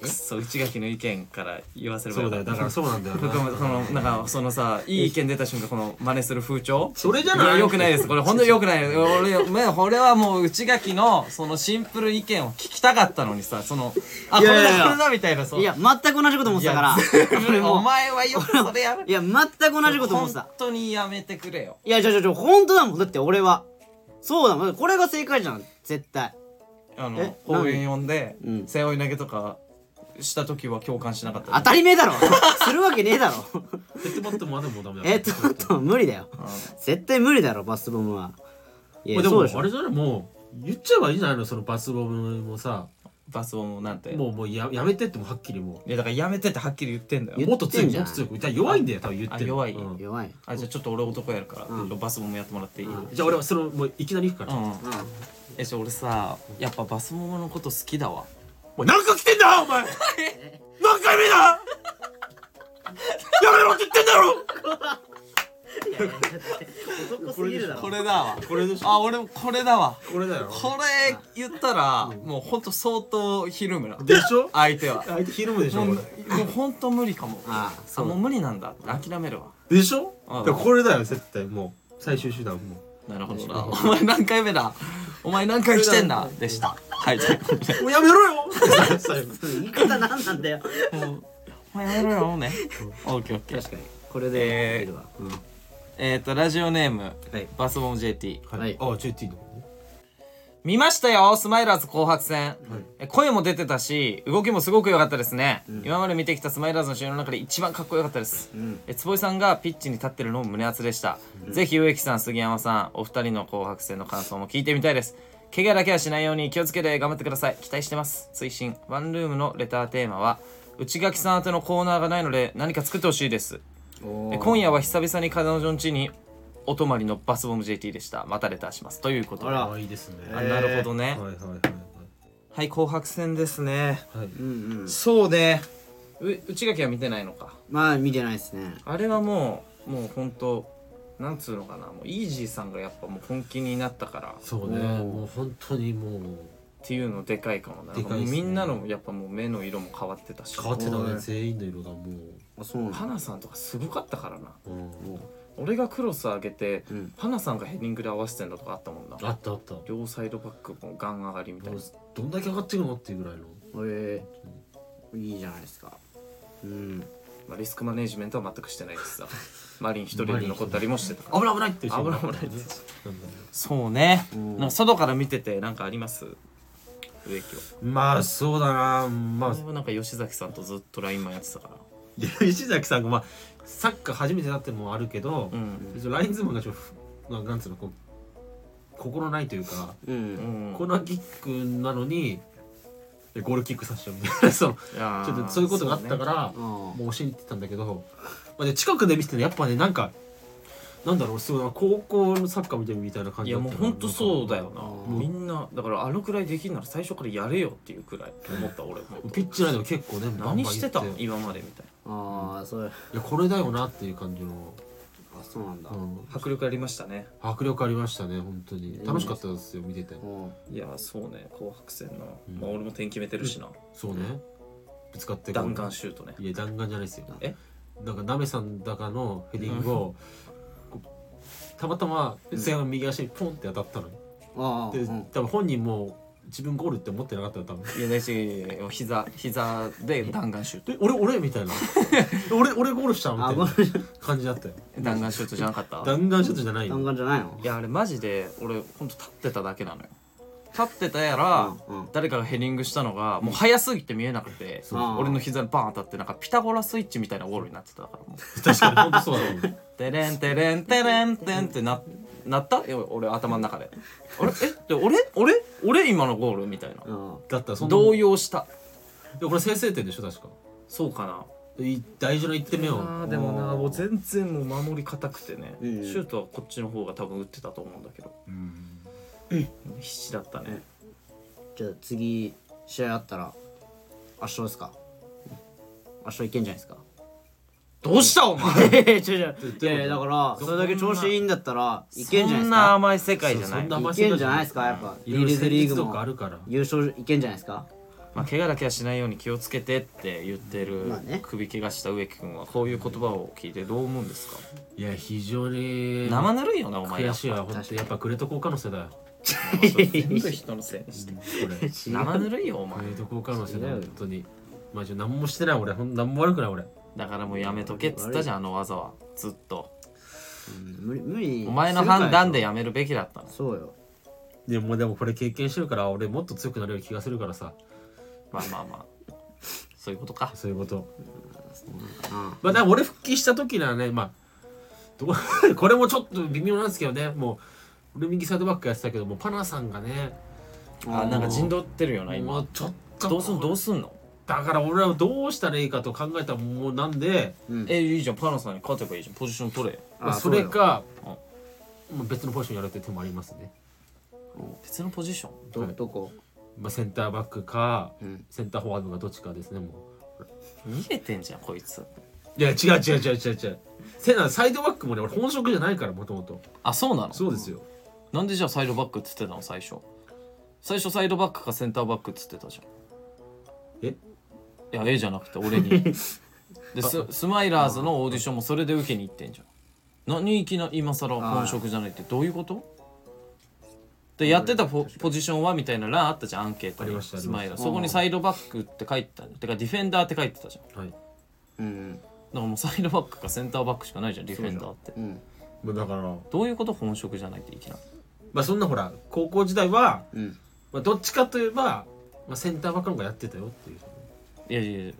くっそ内垣の意見から言わせれば
そうだよだからそうなんだよ
僕
な
もそのなんかそのさいい意見出た瞬間この真似する風潮
それじゃ
い
な
や
い
よくないですこれ本当によくない俺まあこれはもう内垣のそのシンプル意見を聞きたかったのにさその
い
あこれ
やいやいや
だこれだみたいなそう
いや、全く同じこと思ってたから。 俺
お
も。
前はよくそれやる
いや、全く同じこと思ってた
本。当にやめてくれよ
いや、ちょちょちょ、本当だもん。だって俺は。そうだもん。これが正解じゃん。絶対。
あの
え
公園呼んで
うん
背負い投げとかした時は共感しなかった
当たり前だろ。するわけねえだろ。
ヘッドバットもあでもダメだ
えっと、ちょっと無理だよ。絶対無理だろ、バスボムは。い
これ
や、
で
そう
も
でしょ
あ。れじゃないもう言っちゃえばいいんじゃないのそのバスボムもさ
バスボムなんて
もうもうややめてってもはっきりも
いやだからやめてってはっきり言ってんだよ
う
言
もっと強
ってん
く
じゃ
も
ん
っと強くだから弱いんだよ多分言ってる
あ弱い
うん
弱い。
あじゃあちょっと俺男やるから、
うん
バスボムやってもらっていい、
うん
じゃあ俺はそのもういきなり行くから
うん
うん。
えじゃあ俺さやっぱバスボムのこと好きだわ
お前何回来てんだ お前何回目だやめろって言ってんだろ
男すぎるだ
これだわ
これでしょ
あ俺もこれだわ
これだよ
これ言ったらもうほんと相当ひるむな
でしょ
相手は
相手ひるむでしょ
もう
こ
もうほんと無理かも
ああ
あもう無理なんだって諦めるわ
れでしょ
うん
だからこれだよ絶対もう最終手段も
なるほどなお前何回目だお前何回来てんだでしたはいということで
うもうやめろよ 最後
言い方何なんだよ。
お前やめろよねオッケーオッケー
確かに。これで、いるわ。うん
えっとラジオネーム
はい。
バスボム JT
はい
あ JT の方ね
見ましたよスマイラーズ紅白戦、え声も出てたし動きもすごく良かったですね、今まで見てきたスマイラーズの試合の中で一番かっこよかったです、え坪井さんがピッチに立ってるのも胸熱でした、ぜひ植木さん杉山さんお二人の紅白戦の感想も聞いてみたいです怪我だけはしないように気をつけて頑張ってください期待してます推進ワンルームのレターテーマは内垣さん宛てのコーナーがないので何か作ってほしいですえ今夜は久々に彼女の家にお泊まりのバスボム JT でしたまたレターしますということで
あら
あいいですね
あなるほどね、
はいはいはい
はい紅白戦ですね
はい、はい、
うんうん
そうねう内垣は見てないのか
まあ見てないですね
あれはもうもう本当なんつうのかなもうイージーさんがやっぱもう本気になったからっ
そうね
おー
もう本当にもう
ていうのでかいかもな
でかいっ
なんも
すね
うみんなのやっぱもう目の色も変わってたし
変わってた
そう
ね
ね
全員の色がも
あそうなんだ
花さんとかすごかったからな
う、うん、
俺がクロス上げて、
うん
花さんがヘディングで合わせてんだとかあったもんな
あったあったもう
両サイドバックもガン上がりみたいな
どんだけ上がってるのっていうぐらいの
ええいいじゃないですかうん
まあ、リスクマネジメントは全くしてないです さマリン一人で残ったりもしてたから
危ない危ないって
危ない危ないって
なんだろ
そうね
ん
なんか外から見ててなんかあります植木を
うまあそうだなまあ
俺はなんか吉崎さんとずっとラインマンやってたから
いや石崎さんがまあサッカー初めてだってのもあるけど、
うん
一応ラインズマンがちょっとななんつうのこう心ないというか、
う
うんん
コーナーキックなのにでゴールキックさせちゃうみたいなそう
いや
ちょ
ー
っとそういうことがあったから、
うんあ
もう教えに行ってたんだけど、まあね、近くで見ててねやっぱねなんかなんだろうすごいな高校のサッカー見てるみたい
そ
な
う
感
ねい
じ
や
だった
もうほんとそうだよな
うん
みんなだからあのくらいできるなら最初からやれよっていうくらい思った俺も
なんかピッチ内でも結構ねバンバン
何
言っ
してた
い
今までみたい
ああそれ
やこれだよなっていう感じの、
あそうなんだ
う
うん
ん
な迫力ありましたね
迫力ありましたね本当に楽しかったですよ見てて
いやーそうね紅白戦な、
ん
まあ、俺も点決めてるしな、
そうねぶつかって
弾丸シュートね
いや弾丸じゃないですよ
え
なんかなめさんだかのヘディングを、こうたまたま前半右足にポンって当たったのよ
ああ
で、
うん
多分本人も自分ゴールって思ってなかったよ多分
いや大丈夫膝膝で弾丸シュー
え俺俺みたいな俺俺ゴールしたみた
あ
い
ご
な
めん
感じだったよ
ト弾丸シュートじゃなかった
弾丸シュートじゃない
弾
よ
丸じゃないの
いやあれマジで俺ほんと立ってただけなのよ立ってたやら、
うんうん
誰かがヘディングしたのがもう速すぎて見えなくて、
うそう
俺の膝にバン当たってなんかピタゴラスイッチみたいなゴールになってたからもう
確かに本当そうだもん
テレンテレンテレンテンってななったいや俺頭の中であれえで俺俺俺今のゴールみたいな
うん
だったらそんなもん
動揺した
でこれ先制点でしょ確か
そうかない
大事な一点目を
あーでもなもう全然もう守り固くてね、
うん
シュートはこっちの方が多分打ってたと思うんだけど、必死だったね、
じゃあ次試合あったら圧勝ですか圧勝いけんじゃないですか
どうしたお前
ええ違う違ういやいやだから
そん
そ
な
れだけ調子いいんだったらいけんじゃない
そ
で
ん
す
な
か
甘い世界じゃ
そ
な
うそ
い
んな甘
いけんじゃないですかやっぱイギリ
いろいろ
ス
戦
リー
術
グ
とかあ
も
るから
優勝いけんじゃないですか
まあ、怪我だけはしないように気をつけてって言ってる
まあね
首怪我した植木君はこういう言葉を聞いてどう思うんですか
いや非常に
生ぬるいよなお前
悔しいわ本当にやっぱクレト効果の世代こ
全部人のせいにして
れ
生ぬるいよお
ク
前
レト効果の世代本当にまあちょ何もしてない俺ほん何も悪くない俺
だからもうやめとけっつったじゃんあの技はずっと
うん無理無理
お前の判断でやめるべきだったの
そうよ
でもでもこれ経験してるから俺もっと強くなれる気がするからさ
まあまあまあそういうことか
そういうこと
うん
まあ、だから俺復帰した時にはね、まあ、どこ これもちょっと微妙なんですけどね、もう、俺右サイドバックやってたけど、もうパナさんがね、
あなんか陣取ってるよな
も
今
うちょっと、
どうすんどうすんの
だから俺はどうしたらいいかと考えたらもうなんで、
うん
えいいじゃんパナさんに勝てばいいじゃんポジション取れ
あ
それか、
そうよ
まあ別のポジションやるっていう手もありますね。
別のポジション
そうよどどこ
まあ、センターバックか、
うん
センターフォワードがどっちかですね、も
逃げてんじゃんこいつ
う。いや、違う違う違う違う違う。センターサイドバックもね、俺本職じゃないから、もともと。
あそうなの
そうですよ。
なんでじゃあサイドバックっつってたの最初最初サイドバックかセンターバックっつってたじゃん
え
いやえじゃなくて俺に でススマイラーズのオーディションもそれで受けに行ってんじゃん何いきな今更本職じゃないってどういうことでやってたポポジションはみたいな欄あったじゃんアンケート
あり
に
ましたあ
ス
りま
マ
し
イ
た
ラーズそこにサイドバックって書いてたのてかディフェンダーって書いてたじゃんだ
はい。
うん
からもうサイドバックかセンターバックしかないじゃんディフェンダーって
うん
もうだから、
どういうこと本職じゃないっていきなり
まあそんなほら高校時代は、
うん
まあ、どっちかといえば、まあ、センターバックの方がやってたよっていう
いやいやいや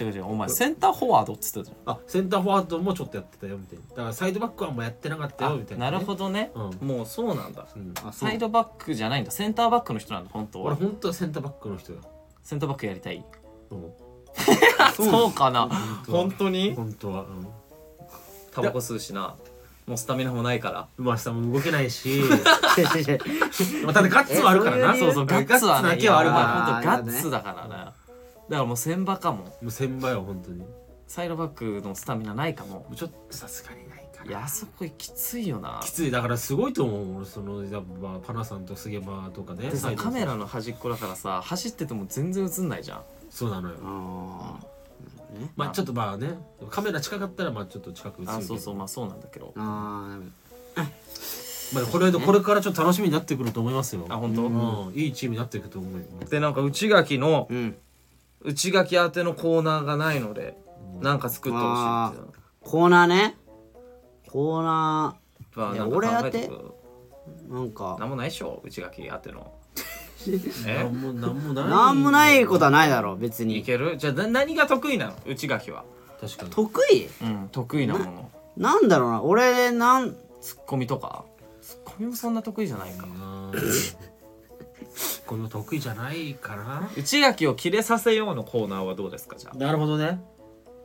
違う違うお前センターフォワードっつってたじ
あセンターフォワードもちょっとやってたよみたいなだからサイドバックはもうやってなかった
ゃ
よ
ん
みたいな、
なるほどね
ど、うん
もうそうなんだ
うん、
あそう
サイドバックじゃないんだセンターバックの人なんだ本当
俺
は
本当はセンターバックの人だ
センターバックやりたい
うん
そうかな
本当に
本当は、うん、
タバコ吸うしなもうスタミナもないから
うましさも動けないし
違う違う
まあただガッツはあるからな
えそうういう理由
そう
そ
そうガ
ガッ
ッ
ツ
ツはね
だけはある
いや
か
まあ
いや本当ガッツだからなだからもう千場かも
らもう千倍は本当にも
サイドバックのスタミナないかも
うちょっとさすがにないか
い
ら
やあそこきついよな
きついだからすごいと思う俺そのやっぱパナさんとスゲバとかね
でさ
サイド
カメラの端っこだからさ走ってても全然映んないじゃん
そうなのよ
あーね
まあちょっとまあねカメラ近かったらまあちょっと近く映るけど
あそうそうまあそうなんだけど
あー
まあこれこれからちょっと楽しみになってくると思いますよ
あ本当、
うんいいチームになっていくと思うよ
でなんか内垣の
うん
内垣宛てのコーナーがないのでなんか作ってほしいっていうの
コーナーねコーナ
まあ
い
な
や
んか考え
俺宛て
く
ーなんか
なんもないっしょ内垣宛て の
な
え
んもなんもない
なんもないことはないだろ別
い
に
けるじゃあな何が得意なの内垣は
確かに
得意
うん、得意なもの
なんだろうな俺なん
ツッコミとかツッコミもそんな得意じゃないか
うんこの得意じゃないかな
内垣を切れさせようのコーナーはどうですかじゃあ
なるほどね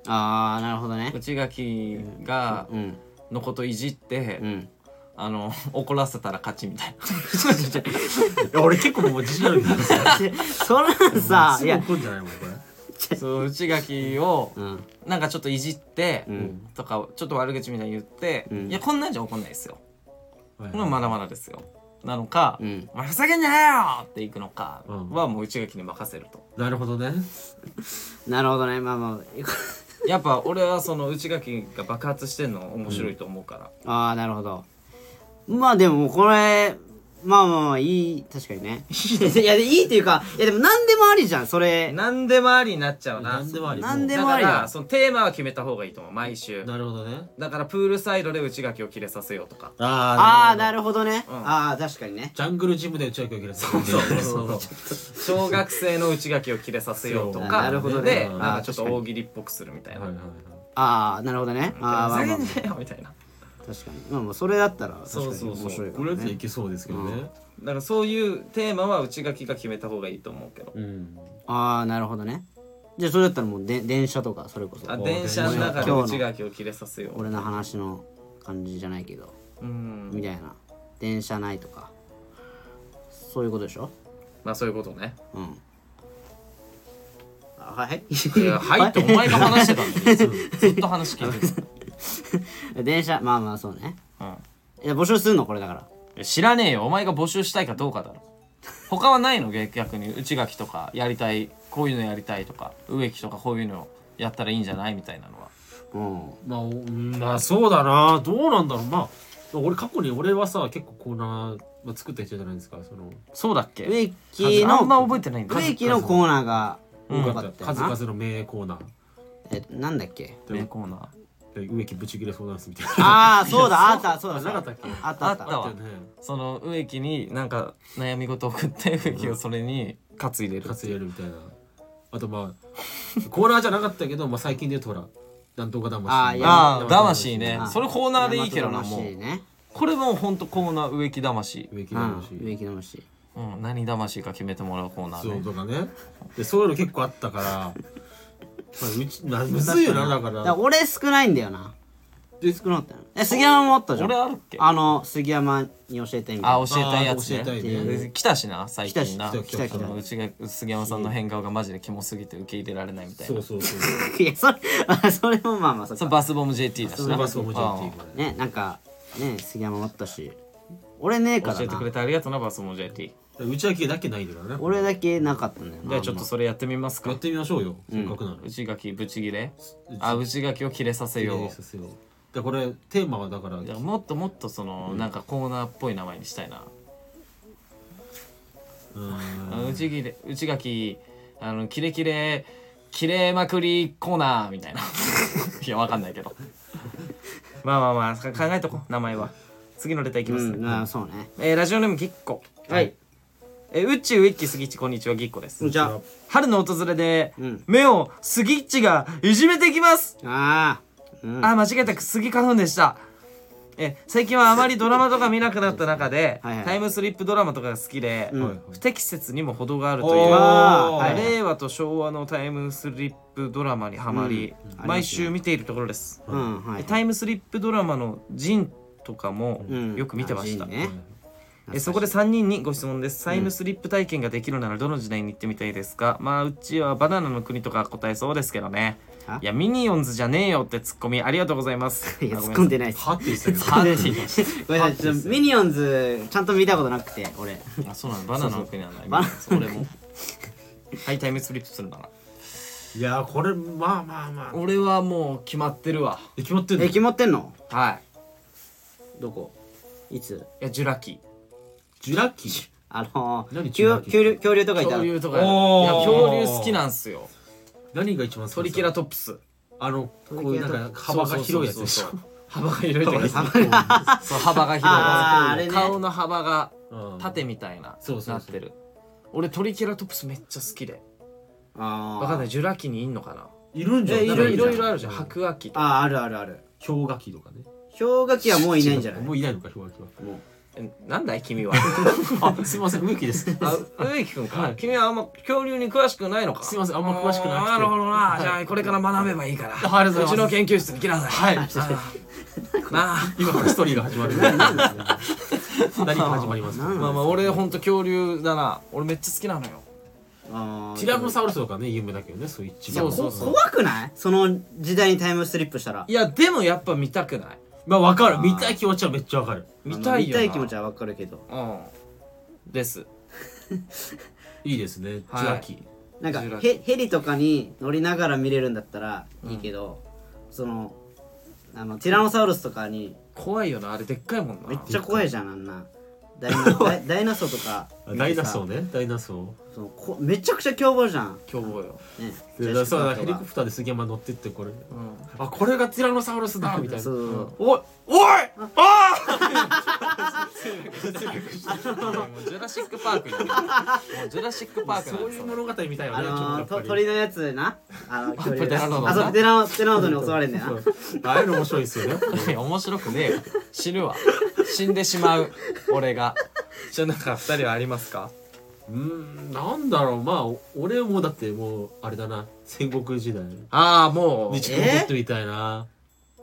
ああなるほどね
内垣が
うん
のこといじって、
うん
あの怒らせたら勝ちみたい
俺結構もう自信あるけど
そんなん さい
すぐ
や
怒るんじゃないもんこれ
なそう内垣を
うん
なんかちょっといじって、
うん
とかちょっと悪口みたいに言って、
うん
いやこんなんじゃ怒んないですよ
はい
これはまだまだですよなのか、
うん
お前ふざけんじゃないよっていくのか
うん
はもう内垣に任せると、
なるほどね
なるほどねまあま
やっぱ俺はその内垣が爆発してんの面白いと思うから、
ああーなるほどまあでもこれまあまあまあいい確かにね いやいいっていうかいやでも何でもありじゃんそれ
何でもありになっちゃうな
何でもあり
何で
だ
もあ
か
りだ
らそのテーマは決めた方がいいと思う毎週
なるほどね
だからプールサイドで内垣を切れさせようとか
ああ
あ
なるほどね、
うん
ああ確かにね
ジャングルジムで打ち合いけるそう
そうそうそう小学生の内垣を切れさせようと
そう
か
なるほどね
で
うん
なんかちょっと大喜利っぽくするみたいな
はいはいは
ああなるほどね
「
ああ
ふ
ま
ざ
あま
け
あ
んじゃねえよ」みたいな
確かにまあまあそれだったら確かに
そうそう
面
そう
白い
い
か
これ
も
だとい
ね
けそうですけどね
だからそういうテーマは内垣が決めた方がいいと思うけど
うん
ああなるほどねじゃあそれだったらもうで電車とかそれこそ
あ電車の中で内垣を切れさせよう
俺の話の感じじゃないけど
うん
みたいな電車ないとかそういうことでしょ
まあそういうことね
うんあはい
い やはいってお前が話してたんだよ
ずっと話聞いて る、
電車まあまあそうね
うん、い
いや募集するのこれだから
や知らねえよお前が募集したいかどうかだろ他はないの逆に内垣とかやりたいこういうのやりたいとか植木とかこういうのやったらいいんじゃないみたいなのは
うん
まあ、うんまあそうだなどうなんだろうまあ俺過去に俺はさ結構コーナー、まあ、作った人じゃないですかその
そうだっけ
植木
あんま
の
覚えてないんだ
植木のコーナーが
うん
多かったよ
数
な、
々の名コーナー
えなんだ っけ
名コーナー
で植木ブチ切れそうなんですみたいな
ああそうだあったそうだそうだ
なかったっけ
あったあった
あったわ
よね
その植木になんか悩み事を送って植木をそれに担いでる
かつやるみたいなあとまあコーナーじゃなかったけど、まあ、最近で言うとほらなんとか魂
あーいや
ああ魂ね
あ
それコーナーでいいけどな
大和
も
魂
う
ね
これもうほんとコーナー植木魂
植木
うん
魂、
植木魂
うん何魂か決めてもらうコーナー
そう
ね
とかねでそういうの結構あったからまあうちなむずいよなだか
だ
ら
から俺少ないんだよな
で
少なかったよえ杉山もあったじゃん
俺あるっけあ
あの杉山に教えてみたいな
教えたいやつ
あ教え
ね
たいね
で来たしな最近
来
な
たし来た来た
そのうちが杉山さんの変顔がマジでキモすぎて受け入れられないみたい
そ
な
うそうそう
いやそれあそれもまあまあそっ
そ
か
れバスボム JT だし
それ
な
バスをもちろん
う
っ
ん
ていうからね
ねなんかね杉山もあったし俺ねえから
教えてくれ
な
てありがとうなバスボム JT
内垣だけないんだからね
俺だけなかったんだよな
じゃあちょっとそれやってみます
や
か
ってみましょうよ、せっかくなの
内垣ブチギレあ内垣を切れさせよう
させようだからこれテーマはだから
いやもっともっとその、なんかコーナーっぽい名前にしたいな、
うん
うちぎれ内垣あのキレキレキレまくりコーナーみ たいないやわかんないけど
まあまあまあか考えとこう名前は
次のレターいきます、
うん、あーそうね。
えーラジオネームぎっこ
はい。
えー、うっちういっきすぎっちこんにちはぎっこです、
じゃあ、
春の訪れで、
うん
目をスギッチがいじめてきます、
ああ、うん。
あ間違えたスギ花粉でしたえー最近はあまりドラマとか見なくなった中で
はいはい
タイムスリップドラマとかが好きで、不適切にも程があるという
おー
令和と昭和のタイムスリップドラマにはまり、毎週見ているところです、
うん、はい。
タイムスリップドラマのジンとかも
うん
よく見てました、
あジンね
えそこで3人にご質問ですタイムスリップ体験ができるならどの時代に行ってみたいですか、まあうちはバナナの国とか答えそうですけどね
あ
いやミニオンズじゃねえよってツッコミありがとうございます
いや、突っ込んでないです。
はって言ってたけど
ごめんなさい、ちょっとミニオンズ、ちゃんと見たことなくて、俺。
あそうなのバナナの国なんだ
バ
今
ナナ
そう俺も
はいタイムスリップするなら
いやこれまあまあまあ
俺はもう決まってるわ
え決まってんの
え、決まってんの
は
どこいつ
いいやジュラ紀
ジュラッキー
あのー、
何
恐恐竜恐竜とかいた
恐竜とかい
おー
や恐竜好きなんすよ
何が一番好き
トリケラトプス
あのこういうなんか
そう
幅
そう
が
そう
広いやつでしょ
そう幅が広いとか
幅が
そう幅が広い
あーあれね
顔の幅が
うん
縦みたいな
そうそうそう
なってる俺トリケラトプスめっちゃ好きで
あー
わかんないジュラ紀にいんのかない
るんじゃない
えい
い
る
ろ
ん
い
じゃ
ろ
ない
いろあるじゃん白亜紀とか
あーあるあるある
氷河期とかね
氷河期はもういないんじゃない
もういないのか氷河期は
えなんだい君 は
あすいません植木 です
あ植木君か、
はい
君はあんま恐竜に詳しくないのか
すいませんあんま詳しくなくて
あーなるほどな、じゃあこれから学べばいいから
ありがとうございます
ちの研究室に来なさい
はい
なあ
今からストーリーが始まる何が始まりますか
なん
まあまあ俺ほんと恐竜だな俺めっちゃ好きなのよ
あー
ティラノサウルスとかね有名だけどねそういう一番
そうそう
こ怖くないその時代にタイムスリップしたら
いやでもやっぱ見たくない
まあわかる見たい気持ちはめっちゃわかる
見たいよな
あの見たい気持ちはわかるけど
うんです
いいですねジュラキー
なんか
ジュラ
ヘヘリとかに乗りながら見れるんだったらいいけど、そのあのティラノサウルスとかに
怖いよなあれでっかいもんな
めっちゃ怖いじゃんあんなダイナダイダイナソーとか
あダイナソーねダイナソ
そのこめちゃくちゃ凶暴じゃん、ね、
凶暴よ、
ー
ジェ
でだ
シカ
そうだ
と
ヘ
か
リコプターですげえま乗ってってこれ
うん、
あこれがティラノサウルスだみたい
そ
な
う
おいおいあ
もうジュラシックパークにいるもうジュラシックパーク
そういう
なんで
物語みたいよ
あ
ねちょっと
の
や
ー、
っぱ
と
り
鳥のやつなあの恐竜
プテラノドン
あそう
な
プテラノプテラノドンに襲われんねんな
そう ああいうの面白いですよね
すよいや面白くねえよ死ぬわ死んでしまう俺が
じゃあなんか2人はありますか
うーんなんだろうまあお俺もだってもうあれだな戦国時代
ああもう
にちょっと戻ってみたいな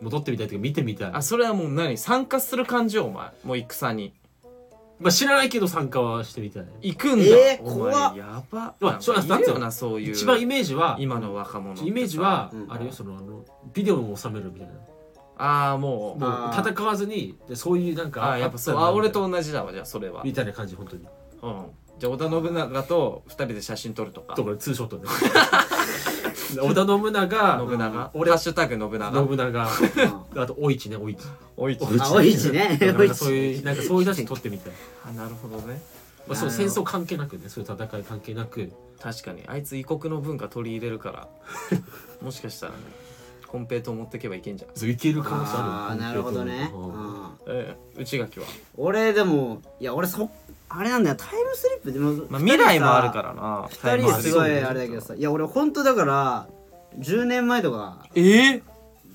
戻ってみたいというか見てみたい
あそれはもう何参加する感じよお前もう戦に
まあ知らないけど参加はしてみたい
行くんだ、
えー
お
怖
前
っ
やば
うわ
なん
そうなんです
かいるよなそういう
一番イメージは
今の若者ってさ
イメージは、
うん
あれよそのあのビデオも収めるみたいな
ああもう
あ
も
ー
う戦わずにでそういうなんか
ああやっぱそう
たな
あ俺と同じだわじゃあそれはうん
みたいな感じ本当に
じゃあ織田信長と2人で写真撮るとか
とかツーショットで 織田信長
信長
俺
ハッシュタグ信長
信長あとお市ね お市
おいち
あおいちね
なん
おい
か
ち
そういうなんかそういう出し撮ってみたい、
あなるほどね
まあ、そう戦争関係なくねそういう戦い関係なく
確かにあいつ異国の文化取り入れるからもしかしたらねコンペイトー持ってけばいけんじゃん
そういける可能性
あ
あ
あ
る
なるほどね、
う
うんん、
ええ内垣は、
俺でもいや俺そあれなんだよタイムスリップでも、
まあ、
二人
未
さ
来もあるからな
二人すごいあれだけど
さ
さいや俺ほんとだから10年前とか
ええ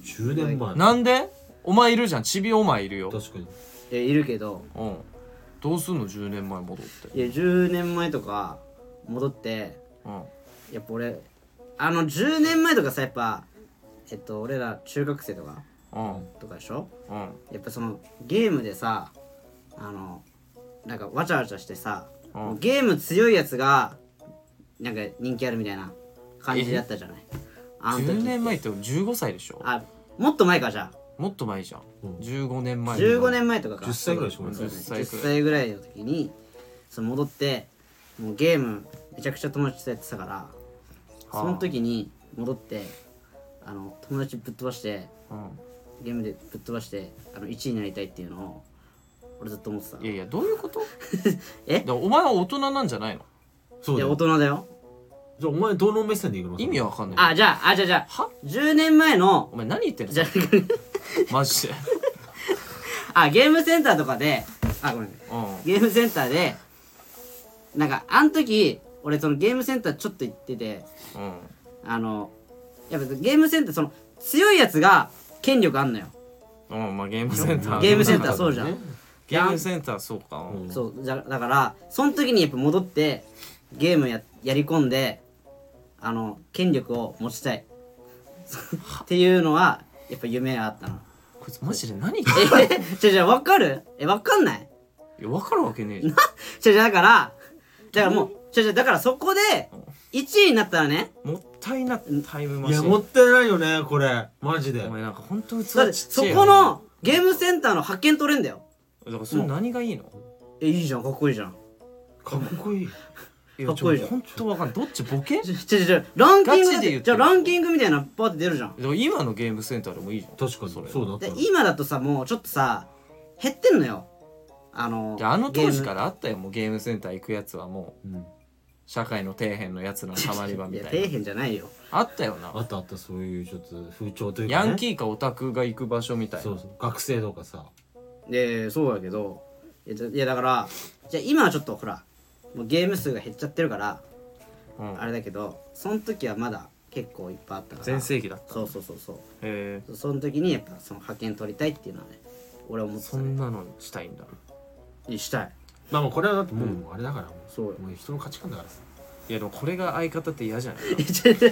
10年前
なんでお前いるじゃんちびお前いるよ
確かに
いやいるけど
うんどうすんの10年前戻って
いや10年前とか戻って
うん
やっぱ俺あの10年前とかさやっぱえっと俺ら中学生とか
うん
とかでしょ
うん
やっぱそのゲームでさあのなんかわちゃわちゃしてさ、
うん
ゲーム強いやつがなんか人気あるみたいな感じだったじゃないあの時
10年前って15歳でしょ
あもっと前かじゃ
もっと前じゃん、
うん
15年
あ
前
15年前とかか
10歳ぐらいでしょ
そう
俺
だね
10歳くらい
10歳ぐらいの時にその戻ってもうゲームめちゃくちゃ友達とやってたからその時に戻ってあの友達ぶっ飛ばして
う
ゲームでぶっ飛ばしてあの1位になりたいっていうのを俺ずっと思ってたの
んいやいやどういうこと
え
だからお前は大人なんじゃないの
そう
い
だ
や
よ
大人だよ
じゃあお前どの目線でいくの
意味わかんない
あじゃああじゃあじゃあ
は
10年前の
お前何言ってんの
じゃあ
マジで
あゲームセンターとかであごめんね
うん
ゲームセンターでなんかあの時俺そのゲームセンターちょっと行ってて
うん
あのやっぱゲームセンターその強いやつが権力あんのよ
うんまあゲームセンター
ゲームセンターそうじゃん、
ゲームセンターそうか
ん
そうじゃだからその時にやっぱ戻ってゲームややり込んであの権力を持ちたい っていうのはやっぱ夢あったな
こいつマジで何言ってんの
えじゃじゃ分かるえ分かんない
いや分かるわけねえじゃん
じゃじゃだからだからもうじゃじゃだからそこで1位になったらね
もったいなタイムマ
い
シ
や
ン
もったいないよねこれマジで
お前なんかほんと器ち
だっ
ってち
そ
ゃいよ
このゲームセンターの派遣取れんだよ
だからそれ何がいいの
えいいじゃんかっこいいじゃん
かっこいい
い
か
や
っ
ち
こ
ょ
いいじゃん
ほんとわかんないどっちボケ
じゃじゃじゃランキングだ
ガ
っ
チで言
て
って
じゃ
る
あランキングみたいなパーって出るじゃん
でも今のゲームセンターでもいいじゃん
確かにそれそうだった
で今だとさもうちょっとさ減ってんのよあの
であの当時かららあったよもうゲームセンター行くやつはもう
うん
社会の底辺のやつのたまり場み
いや
た
底
いな
辺じゃないよ
あったよな
あったあったそういうちょっと風潮というか、
ヤ
ね、
ンキーかオタクが行く場所みたい
そ
な
うそう学生とかさ
でそうだけどいやじゃいやだからじゃあ今はちょっとほらもうゲーム数が減っちゃってるから、
うん
あれだけどその時はまだ結構いっぱいあったから
全盛期だった
そうそうそうそう
へえ
そその時にやっぱその派遣取りたいっていうのはね俺は思ってた
そ
ね
んなのしたいんだ
にしたい
まあもうこれはだってもう,、あれだからもう
そうよ
もう人の価値観だからさ
いやでもこれが相方って嫌じゃない
えちょちょい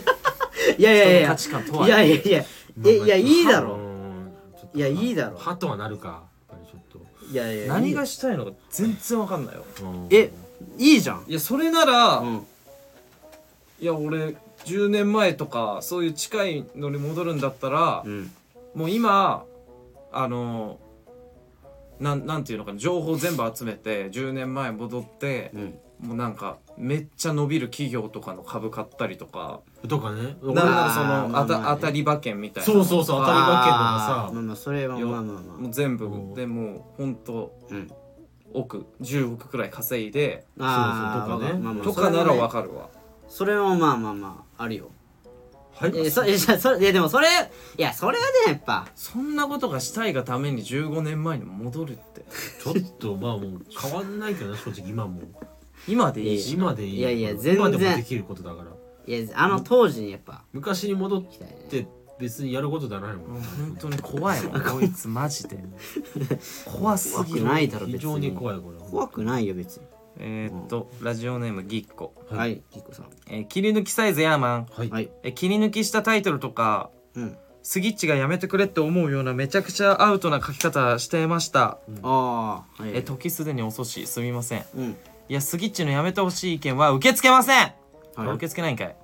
やいやいやいや
人の価値観とはい
やいやいやえいやいいだ
う
ろ
んちょっと
いやいいだろ
はとはなるかやっぱりちょっと
いやいや
何がしたいのか全然わかんないよ
うん
えいいじゃん
いやそれなら、
うん
いや俺10年前とかそういう近いのに戻るんだったら
う、ん
もう今あのなんなんていうのかな情報全部集めて10年前戻って
う、ん
もうなんかめっちゃ伸びる企業とかの株買ったりとか
とかね俺
なんな
ら
らその
あーまあ
あた、
まあね
当たり馬券みたいな
そうそうそう
と
当たり馬
か
あ
あ
ーまあまあそれはまあまあま
もう全部
うん
でもうほんと
あうん
億10億くらい稼いで
ああ
そうそうとかね
まあまあ
とかならわ
か
かるわ
それもまあまあまああるよ
はい
えそ えじゃあそれいやでもそれいやそれはねやっぱ
そんなことがしたいがために15年前に戻るって
ちょっとまあもう変わんないけどな正直今も
今でいいし
今でいい
いやいや全然
今でもできることだから
いやあの当時にやっぱ
昔に戻っ
行きたいね
て別にやることじゃないもん
本当に怖いもんこいつマ ジで怖す
怖
ぎ
く
る
ないだろ別
非
に
常に怖いこれ
怖くないよ別に
えーっとラジオネームぎっこ、
はい
はいキッコさん
えー切り抜きサイズヤーマン、
はい、
はい
えー切り抜きしたタイトルとか
うん
スギッチがやめてくれって思うようなめちゃくちゃアウトな書き方してました、
ああはい
えー時すでに遅しすみません
うん
いやスギッチのやめてほしい意見は受け付けません、
はい
あ受け付けないんかい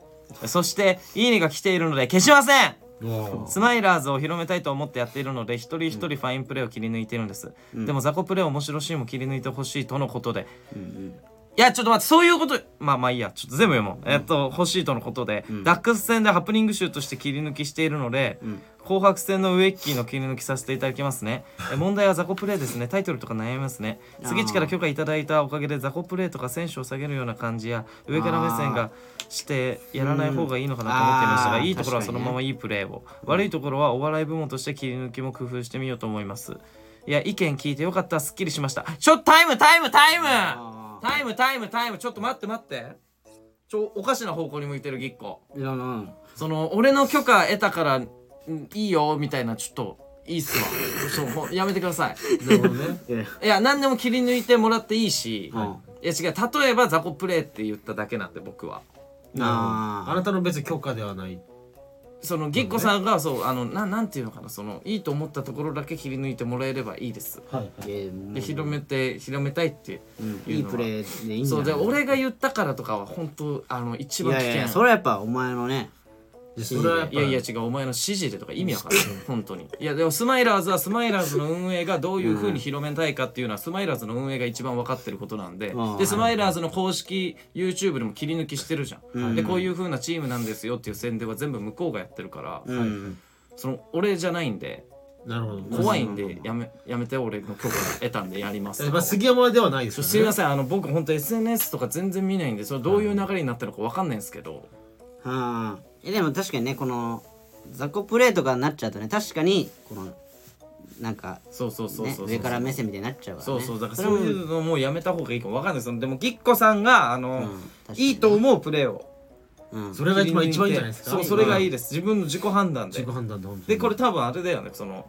そしていいねが来ているので消しません
わ
スマイラーズを広めたいと思ってやっているので一人一人ファインプレーを切り抜いているんです、
うん
でも雑魚プレー面白シーンも切り抜いてほしいとのことで
うん
いやちょっと待ってそういうことまあまあいいやちょっと全部読もう、えっと欲しいとのことで、
ん
ダックス戦でハプニング集として切り抜きしているので、
うん
紅白戦のウエッキーの切り抜きさせていただきま すねえ問題は雑魚プレーですねタイトルとか悩みますね
あー
杉地から許可いただいたおかげで雑魚プレーとか選手を下げるような感じや上から目線がしてやらない方がいいのかなと思っていましたが、
うんあー
いいところは
確
そ
かにね
のままいいプレーを、悪いところはお笑い部門として切り抜きも工夫してみようと思いますいや意見聞いてよかったすっきりしましたちょっとタイムタイムタイム
あ
タイムタイムタイムちょっと待って待ってちょおかしな方向に向いてるぎっこ
うんいやなん
その俺の許可得たからんいいよみたいなちょっといいっすわ そうもうやめてください
なるほどね
いや
いや何でも切り抜いてもらっていいし、、
はい
や違う例えば雑魚プレイって言っただけなんで僕は
あー
あなたの別に許可ではない
そのぎっこさんがそうあのななんていうのかなそのいいと思ったところだけ切り抜いてもらえればいいです
はい
いやもう
で広めて広めたいって
うん
い
いうい
のは
プレーでいいんじゃ
そう
ない
で俺が言ったからとかは本当あの一
い
番危
やい
険
やいやそれはやっぱお前のね
でそれはやっぱ
いやいや違うお前の指示でとか意味わかんない本当にいやでもスマイラーズはスマイラーズの運営がどういう風に広めたいかっていうのはスマイラーズの運営が一番分かってることなんで
うん
でスマイラーズの公式 YouTube でも切り抜きしてるじゃ
うん
んでこういう風なチームなんですよっていう宣伝は全部向こうがやってるから
うん
その俺じゃないんで
なるほど
怖いんでやめやめて俺の許可得たんでやります
えまあ杉山ではないです
ちょ
よね
すいませんあの僕本当 SNS とか全然見ないんでそれどういう流れになってるのか分かんないんですけど
うんえでも確かにねこの雑魚プレーとかになっちゃうとね確かにこのなんか、
そうそうそう
ね
そう、
上から目線みたいになっちゃうから、
そ
ね、
うそうだから
れ
そう
も
いうのもうやめた方がいいかもわかんないそのでもぎっこさんがあの、
うん確かに
いいと思うプレーを
うん
それが一番一番いいんじゃないですか
そうそれがいい
で
です自分の自己判断で
自己判断で本当に
でこれ多分あれだよねその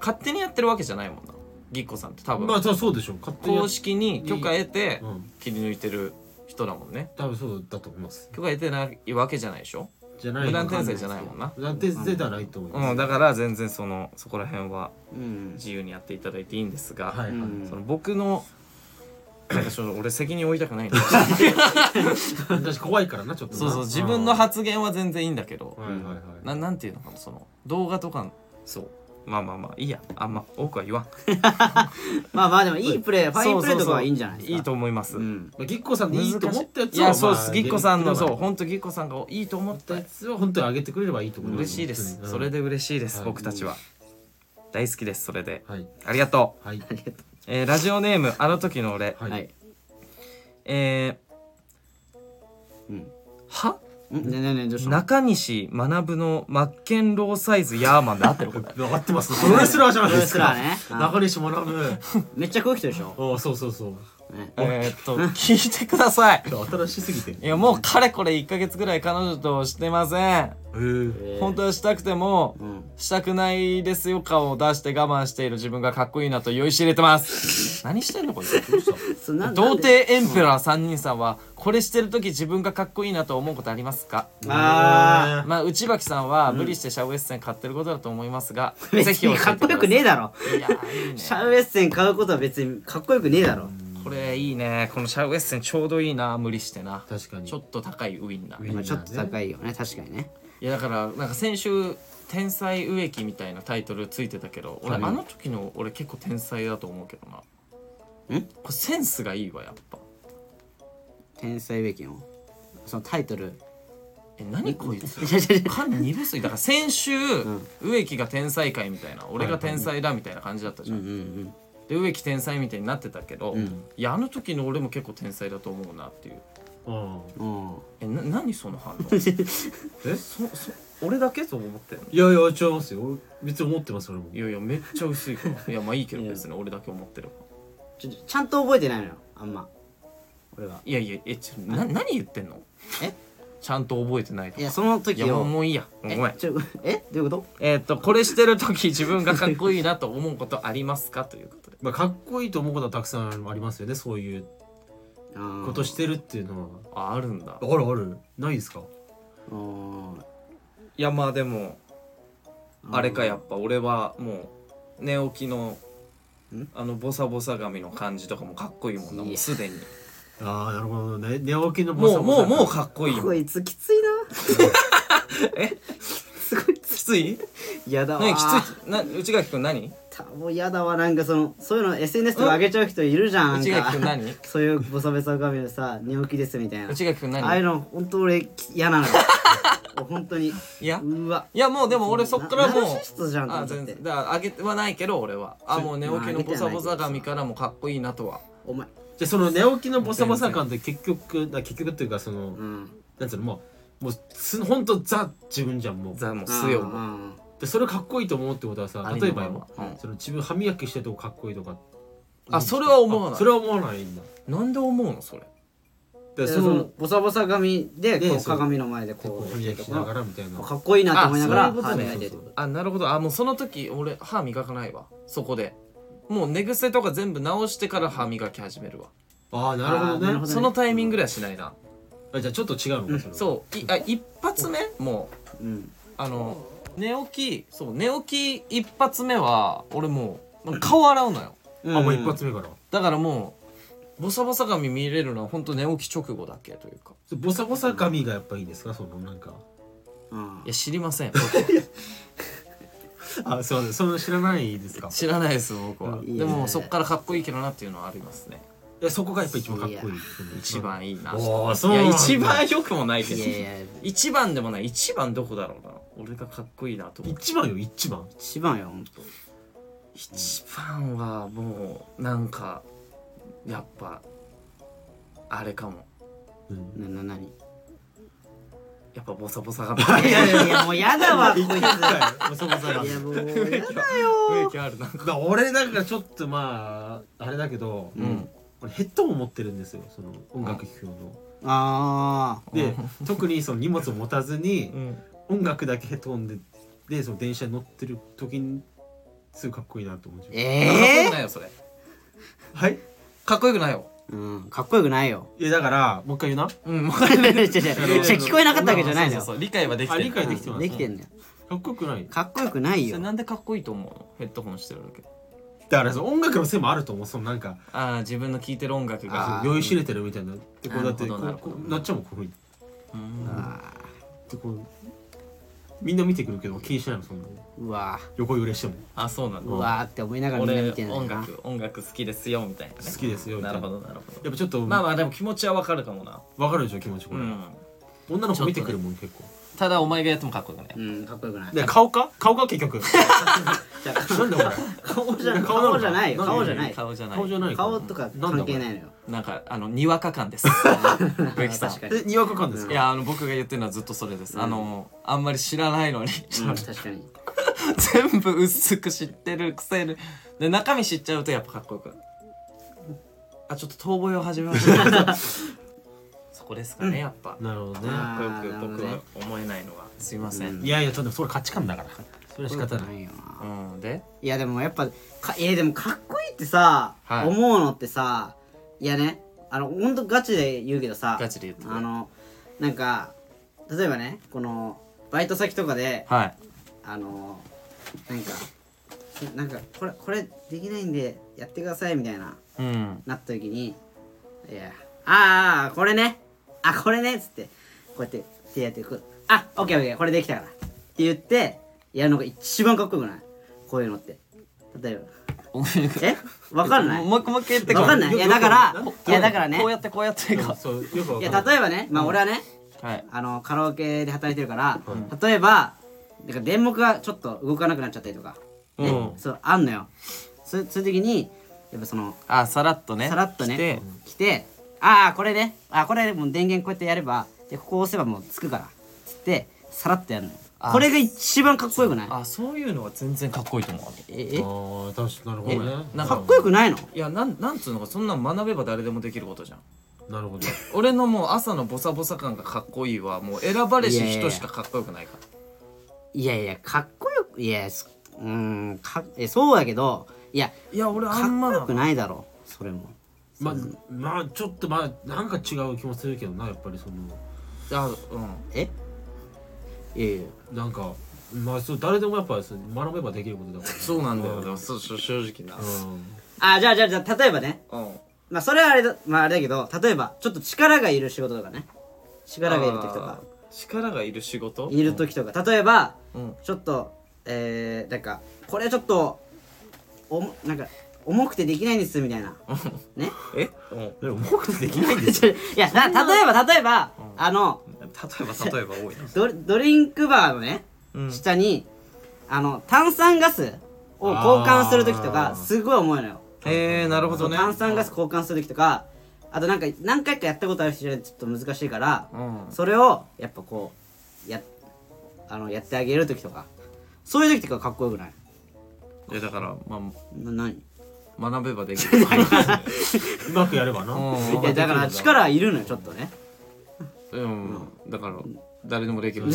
勝手にやってるわけじゃないもんなぎっこさんって多分、
まあそうそうでしょ勝手にやっ
公式に許可得て
うん
切り抜いてる人だもんね
多分そうだと思います
許可得てないわけじゃないでしょ
じゃない
無断転
載
載じゃないもんな
無断転載ではないと思います
うんだから全然そのそこら辺は
うん
自由にやっていただいていいんですが、
はいはい
うん
その僕のなんかちょっと俺責任負いたくないんだ
私怖いからなちょっと な
そうそう自分の発言は全然いいんだけど
はいはいはい
ななんていうのかなその動画とかそうまあまあまあいいやあんま多くは言わん
まあまあでもいいプレーファインプレーとかはいいんじゃないですか
いいと思います、
うん
まあぎっこさんでいいと思ったやつを
いやそうです、
まあ
ぎっこさんの
やりき
そ
れ
う
ば
本当ぎっこさんがいいと思っ
や
た
つを本当に上げてくれればいいと思います
嬉しいです、
本当に
それで嬉しいです、
はい
僕たちは、大好きですそれで
はい
ありがとう、
はい
ありがとう
えーラジオネームあの時の俺、
はい
はい
え
う
ー
ん
は
んねえねえねえどうしたの
中西学のマッケンローサイズヤーマンで合 ってるこれ
分かってますプロレスラーじゃないです
プロ
か
レスラーね
中西学ぶ
めっちゃ声来てるでしょ
おそうそうそう
ね
えーっと聞いてください
新しすぎて へ
いやもうかれこれ1ヶ月ぐらい彼女としてません
え
本当はしたくても、
ん
したくないですよ顔を出して我慢している自分がかっこいいなと酔いしれてます 何してんのこいつ
そなな
童貞
んで
エンペラー3人さんはこれしてる時自分がかっこいいなと思うことありますか
まあ
まあ内巻さんは無理してシャウエッセン買ってることだと思いますが、ぜ
別
ひ教え
に
てく
か
だ
っ
さ
こ
い
よくねえだろ
いやいいね
シャウエッセン買うことは別にかっこよくねえだろ
これいいねこのシャウエッセンちょうどいいな無理してな
確かに
ちょっと高いウインナー
まあちょっと高いよね確かにね
いやだからなんか先週「天才植木」みたいなタイトルついてたけど俺、
はい
あの時の俺結構天才だと思うけどなんこれセンスがいいわやっぱ
天才植木のそのタイトル
え何こいつ
いやいやいや
缶二部水だから先週、植木が天才界みたいな俺が天才だみたいな感じだったじゃん、
うんうん
で植木天才みたいになってたけど、いやあの時の俺も結構天才だと思うなっていう
う
う
ん
ん
えな何その反応
え
そそ 俺だけそう思ってんの
いやいや違いますよ別に思ってます俺も
いやいやめっちゃ薄いから いやまあいいけど別に俺だけ思ってるから
ちょちゃんと覚えてないのよあんま俺はい
やいや、え、ちょ、な、何言ってんの
え
ちゃんと覚えてないとか。
いやその
い
時
やもう、
を
もういいや。ごめ
え
ん。
ちょえどういうこと
えーっと、これしてる時自分がかっこいいなと思うことありますかということで。
まあかっこいいと思うことはたくさんありますよねそういう
あ
ことしてるっていうのは
あ、あるんだ。
あるあるないですか
ーうん
いや、まあでも、あれか、やっぱ俺はもう、寝起きの、あの、ボサボサ髪の感じとかもかっこいいもんな、
いや
もうすでに。
ああなるほどね寝起きのボ
も
サ
う、
ボ
も
サ
う、もうかっこいい
こ
よ。
いつきついな
きつい
やだわ
何きついな、内垣くん何
たもうやだわなんかそのそういうの SNS とか上げちゃう人いるじゃん
内
なん
垣くん
か
何
そういうボサボサ髪でさ寝起きですみたいな
内垣くん
ああいう
何
の本当俺嫌なのよ本当に
いや、
うわ
いやもうでも俺そっからもう
ナルシストじゃんと思
あ
って
全然だからあげてはないけど俺はあもう寝起きのボサボサ髪からもかっこいいなとは
お前
じゃあその寝起きのボサボサ感って結局な結局っていうかその、
うん
なんつうのもうもうすほんとザ自分じゃんもう
ザもすよ
う
も
んうん
でそれをかっこいいと思うってことはさ
ありの
例えば
ま
よ
ま、うん
その自分歯磨きしてるとこかっこいいとか
あそれは思わ
あ
ない
それは思わないんだ
なんで思うのそれ
で
でそ
その
の
ボサボサ髪で
で
こう
そう
鏡の前でこ
こう
う
歯磨きしながらみたいな
かっこいいなと思いなが
あ
ら
そういうことね
歯磨いてる
そうそう
あなるほどあもうその時俺歯磨かないわそこでもう寝癖とか全部直してから歯磨き始めるわ
ああなるほど
あー
ね
なるほど
そのタイミングではしないな
あじゃあちょっと違うのかそれは
そういあ一発目もう
うん
あの寝起きそう寝起き一発目は俺もう顔洗うのよ
あもう一発目から
だからもうボサボサ髪見れるのは本当寝起き直後だけというか
それボサボサ髪がやっぱいいですかそのなんか
うん
いや知りません僕は
あそうですその知らないですか
知らないです僕は、
うんいいね
でもそっからかっこいいけどなっていうのはありますね
いやそこがやっぱ一番かっこいい
一番いいな
おー
い
そうなんだ
や一番よくもないけ
い
ど
やいや
一番でもない一番どこだろうな俺がかっこいいなと思う
一番よ一番
一番よ本当
一番はもうなんかやっぱあれかも
うん
なな何
やっぱボサボサがバ
いやいやいやもうやだ わこいつい
ボサボサが
やもうやだ
雰囲気あるなだから俺なんかちょっとまああれだけど、俺ヘッドホン持ってるんですよその音楽聴く用の。
あ
で特にその荷物を持たずに
ん
音楽だけヘッドホンででその電車に乗ってる時にすごいかっこいいなと思う
ー
自分
ええ
かっこよくないよそれ
はい
かっこよくないよ
うんかっこよくないよ
いやだからもう一回言うな
うん分
違
か
う違う違う聞こえなかったわけじゃないのよ
理解はできて
あ
る
理解できて
う
ま
ん
す
できてんだよ
かっこよくない
かっこよくない
そ
よ
れなんでかっこいいと思うのヘッドホンしてるだけ
だからその音楽のせいもあると思うそのなんか
ああ自分の聴いてる音楽が
あー
酔いしれてるみたいなでこうだってこ
なる
う
ほど
こうなっちゃうもんこういうふうに
うん
あ
でこうみんな見てくるけど気にしないのそんな
ーうわ
横揺れしても
あそうなん
ー
だ
うわーって思いながらみんな
俺
見てんだよ
音
な
楽音楽好きですよみたいなね
好きですよみた
ないる
な
ほどなるほど
やっぱちょっと
まあまあでも気持ちはわかるかもな
わかるでしょ気持ちこ
う
れ、
ん
女の子見てくるもん結構
ただお前がやってもかっこよくない
うんかっこよくない
で顔か顔か結局なんだこれ
顔じゃ
顔なの
顔じゃないよ
な
顔
んで
じゃない
顔じゃない
顔じゃない
顔とか関係ないいのよ
なんかあのにわか感 です植木さん
確かに
えにわかかんです
い
か
やあの僕が言ってるのはずっとそれです、あのあんまり知らないのに
うん確かに
全部薄く知ってるくせにで中身知っちゃうとやっぱかっこよくあちょっと遠吠えを始めました そこですかねやっぱ、
なるほどね
あ
かっこよ
あー
く僕
なる
は
ほ
思えないのがすいません
いやいやちょっとそれ価値観だからそれは仕方
かっこ
ない
よくいよな
うん、で
いやでもやっぱかいやでもかっこいいってさ、
はい
思うのってさいやねあのほんとガチで言うけどさ
ガチで言って
あのなんか例えばねこのバイト先とかで
はい
あのなんかなんかこれこれできないんでやってくださいみたいな
うん
なった時に「いやあーあーこれねあこれね」っつってこうやって手やってこう「あオッケーオッケーこれできたから」って言ってやるのが一番かっこよくないこういうのって例えばえわかん ない
もう一回もう一回言って
わかんないいやだからいやだからね
こうやってこうやってか
そうよくわ
い
かん
や例えばねまあ俺はね
はい
あのカラオケで働いてるから例えばなんか電目がちょっと動かなくなっちゃったりとかね
うん
そうあんのよそうそういう時にやっぱその
あさらっとね
さらっとね
来
来
て
て「ああこれねあこれもう電源こうやってやればでここ押せばもうつくから」つってさらっとやるのよ
あー
これが一番かっこよくない
あそういうのは全然かっこいいと思う
ええか
ああ確かになるほどね
えなん
っこよくないの
いやなんなんつうのかそんなん学べば誰でもできることじゃん
なるほど
俺のもう朝のボサボサ感がかっこいいはもう選ばれし人しかかっこよくないから
いやいやかっこよくいやすうーんかえそうだけどいや
いや俺あ
か
ん
っ
ま
こよ
だ
くないだろうそれも
まあまあちょっとまあなんか違う気もするけどなやっぱりその
あうん
えいやいや
なんかまあそう誰でもやっぱそう学べばできることだから
そうなんだよ、
うん
でもそうそう正直な
う
あじゃあじゃあじゃあ例えばね
うん、
まあそれはあれだ,、まあ、あれだけど例えばちょっと力がいる仕事とかね力がいる時とか
あー力がいる仕事
いる時とか例えば
うん
ちょっとえー、なんかこれちょっとおもなんか重くてできないんですみたい なね
え、 うん、例え
ん重くてできないんで
ちょ いやな例えば例えば、あの
ば例えば多 いな
ドリドリンクバーのね、
うん
下にあの炭酸ガスを交換する時と
あ
か
ー
すごい重いのよ、
えー、なるほどね
炭酸ガス交換する時とかあとなんか何回かやったことある人じゃないとちょっと難しいから、
うん
それをやっぱこうやあのやってあげる時とかそういう時とかかっこよくない
いやだからま
な何
あ学べばで きる
うまくやればな
うん
いやだから力はいるのよちょっとね
うんだから誰でもできる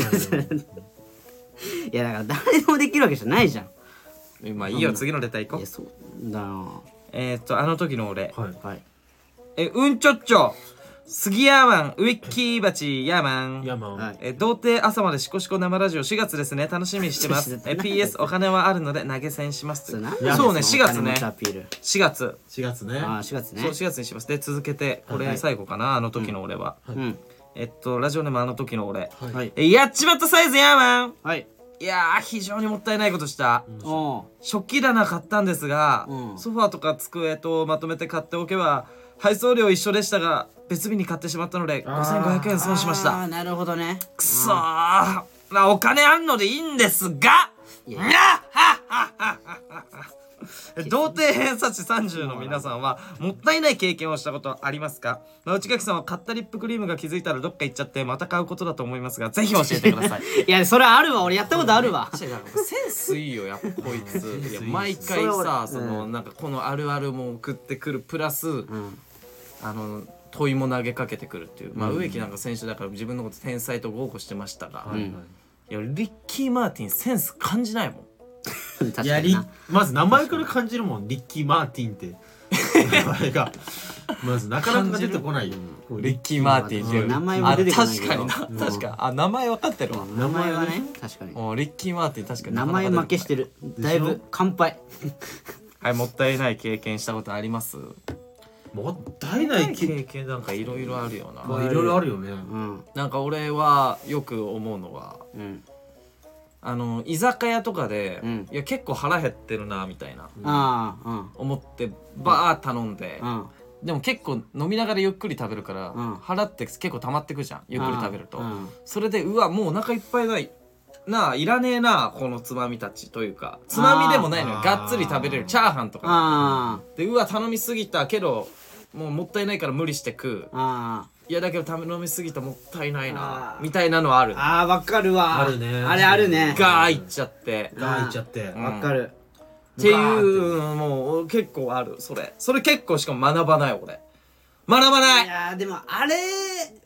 いやだから誰でもできるわけじゃないじゃん
まあいいよ次のレター行こ
いうやそうだな
えー、っとあの時の俺
はい
はい
えうんちょっちょ杉ヤーマンウィッキーバチヤーマン
いやまあ、
はい
えー童貞朝までシコシコ生ラジオ4月ですね楽しみにしてま す
ちょっと
えー PS お金はあるので投げ銭します
それなん
いや
そうね
そ
4
のお金
月
持
ね
ちアピール
4月
4月ね
ああ4月ね
そう4月にしますで続けてこれ最後かなあの時の俺は
うん
えっとラジオネームあの時の俺
はい
はい
えーやっちまったサイズヤーマン
はい
いやー非常にもったいないことした
おお
食器棚買ったんですが、
うん
ソファーとか机とまとめて買っておけば配送料一緒でしたが別日に買ってしまったので5500円損しまし
あ
た
あなるほどね
くそー まあお金あんのでいいんですが
いや
なっはっはっはっはっは
童貞偏差値30の皆さんはもったいない経験をしたことありますか、まあ、内垣さんは買ったリップクリームが気づいたらどっか行っちゃってまた買うことだと思いますがぜひ教えてください
いやそれあるわ俺やったことあるわ
違うなんかセンスいいよやっぱこいついや毎回
それは
さ
俺
そのなんかこのあるあるも送ってくるプラスあの問いも投げかけてくるっていうまあ植木なんか選手だから自分のこと天才と豪語してましたが
はい
いやリッキー・マーティンセンス感じないもん
確かにな
やりまず名前から感じるもんリッキー・マーティンって名前がまずなかなか出てこないよ
リッキー・マーティンっていう
うん名前も出てこないけど
あ確かにな確かにあ名前分かってるわ
名前はね確かに
もうリッキー・マーティン確かに
名前負けしてるだいぶ乾杯
はいもったいない経験したことあります
もったいない結
経験なんかいろいろあるよな
構いろいろあるよね
うん
なんか俺はよく思うのは
うん
あの居酒屋とかで、
うん
いや結構腹減ってるなみたいな
ああうん
思ってバー頼んで、
うん
でも結構飲みながらゆっくり食べるから、
うん
腹って結構溜まってくじゃんゆっくり食べると、
うん
それでうわもうお腹いっぱいないなあいらねえなこのつまみたちというかつまみでもないのよ
あー
がっつり食べれるチャーハンとか
あ
でうわ頼みすぎたけどもうもったいないから無理して食う
ああ
いやだけどため飲みすぎたもったいないな
あー
みたいなのはある
あわかるわ
あるね
あれあるね
ガーいっちゃって
が開いちゃって
ん
わかる
っていうのもう結構あるそれそれ結構しかも学ばない俺学ばないい
やーでもあれ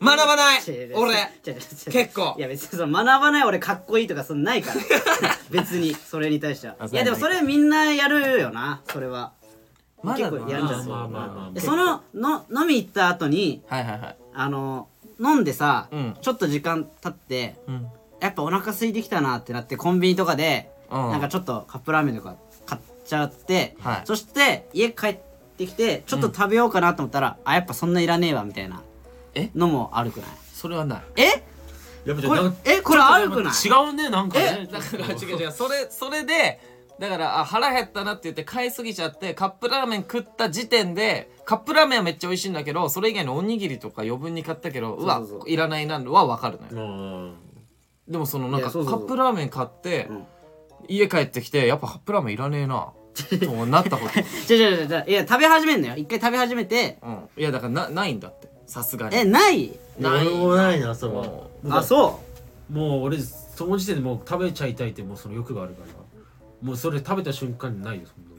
学ばない
違う違う違う
俺
違う違う違う
結構
いや別にその学ばない俺かっこいいとかそんな ないから別にそれに対しては
あそう
いやでもそれみんなやるよなそれは
ま
結
だな
構やるんじゃない
まあまあまあまあ
でそのの飲み行った後に
はいはいはい
あの飲んでさ、
うん
ちょっと時間経って
うん
やっぱお腹空いてきたなってなってコンビニとかで、
うん
なんかちょっとカップラーメンとか買っちゃって、
はい
そして家帰ってきてちょっと食べようかなと思ったら、あやっぱそんないらねえわみたいな
え
のもあるくない
それはない
え
やっぱちょ
こ
っ
れ
となんか
えこれあるくない
違うねなんか
え
ね
だから違う違うそれそれでだからあ腹減ったなって言って買いすぎちゃってカップラーメン食った時点でカップラーメンはめっちゃ美味しいんだけどそれ以外のおにぎりとか余分に買ったけどうわ
そうそうそう
いらないなのは分かるのよ
うん
でもそのなん
いや
かカ
そうそうそ
ッ
う
プラーメン買って
ん
家帰ってきてやっぱカップラーメンいらねえなとなったこと
違う違う違う違ういや食べ始めんのよ一回食べ始めて
うん、いやだからなないんだってさすがに
えない
俺もないなそれは
も
あそう
もう俺その時点でもう食べちゃいたいってもうその欲があるからもうそれ食べた瞬間にないよそんなもん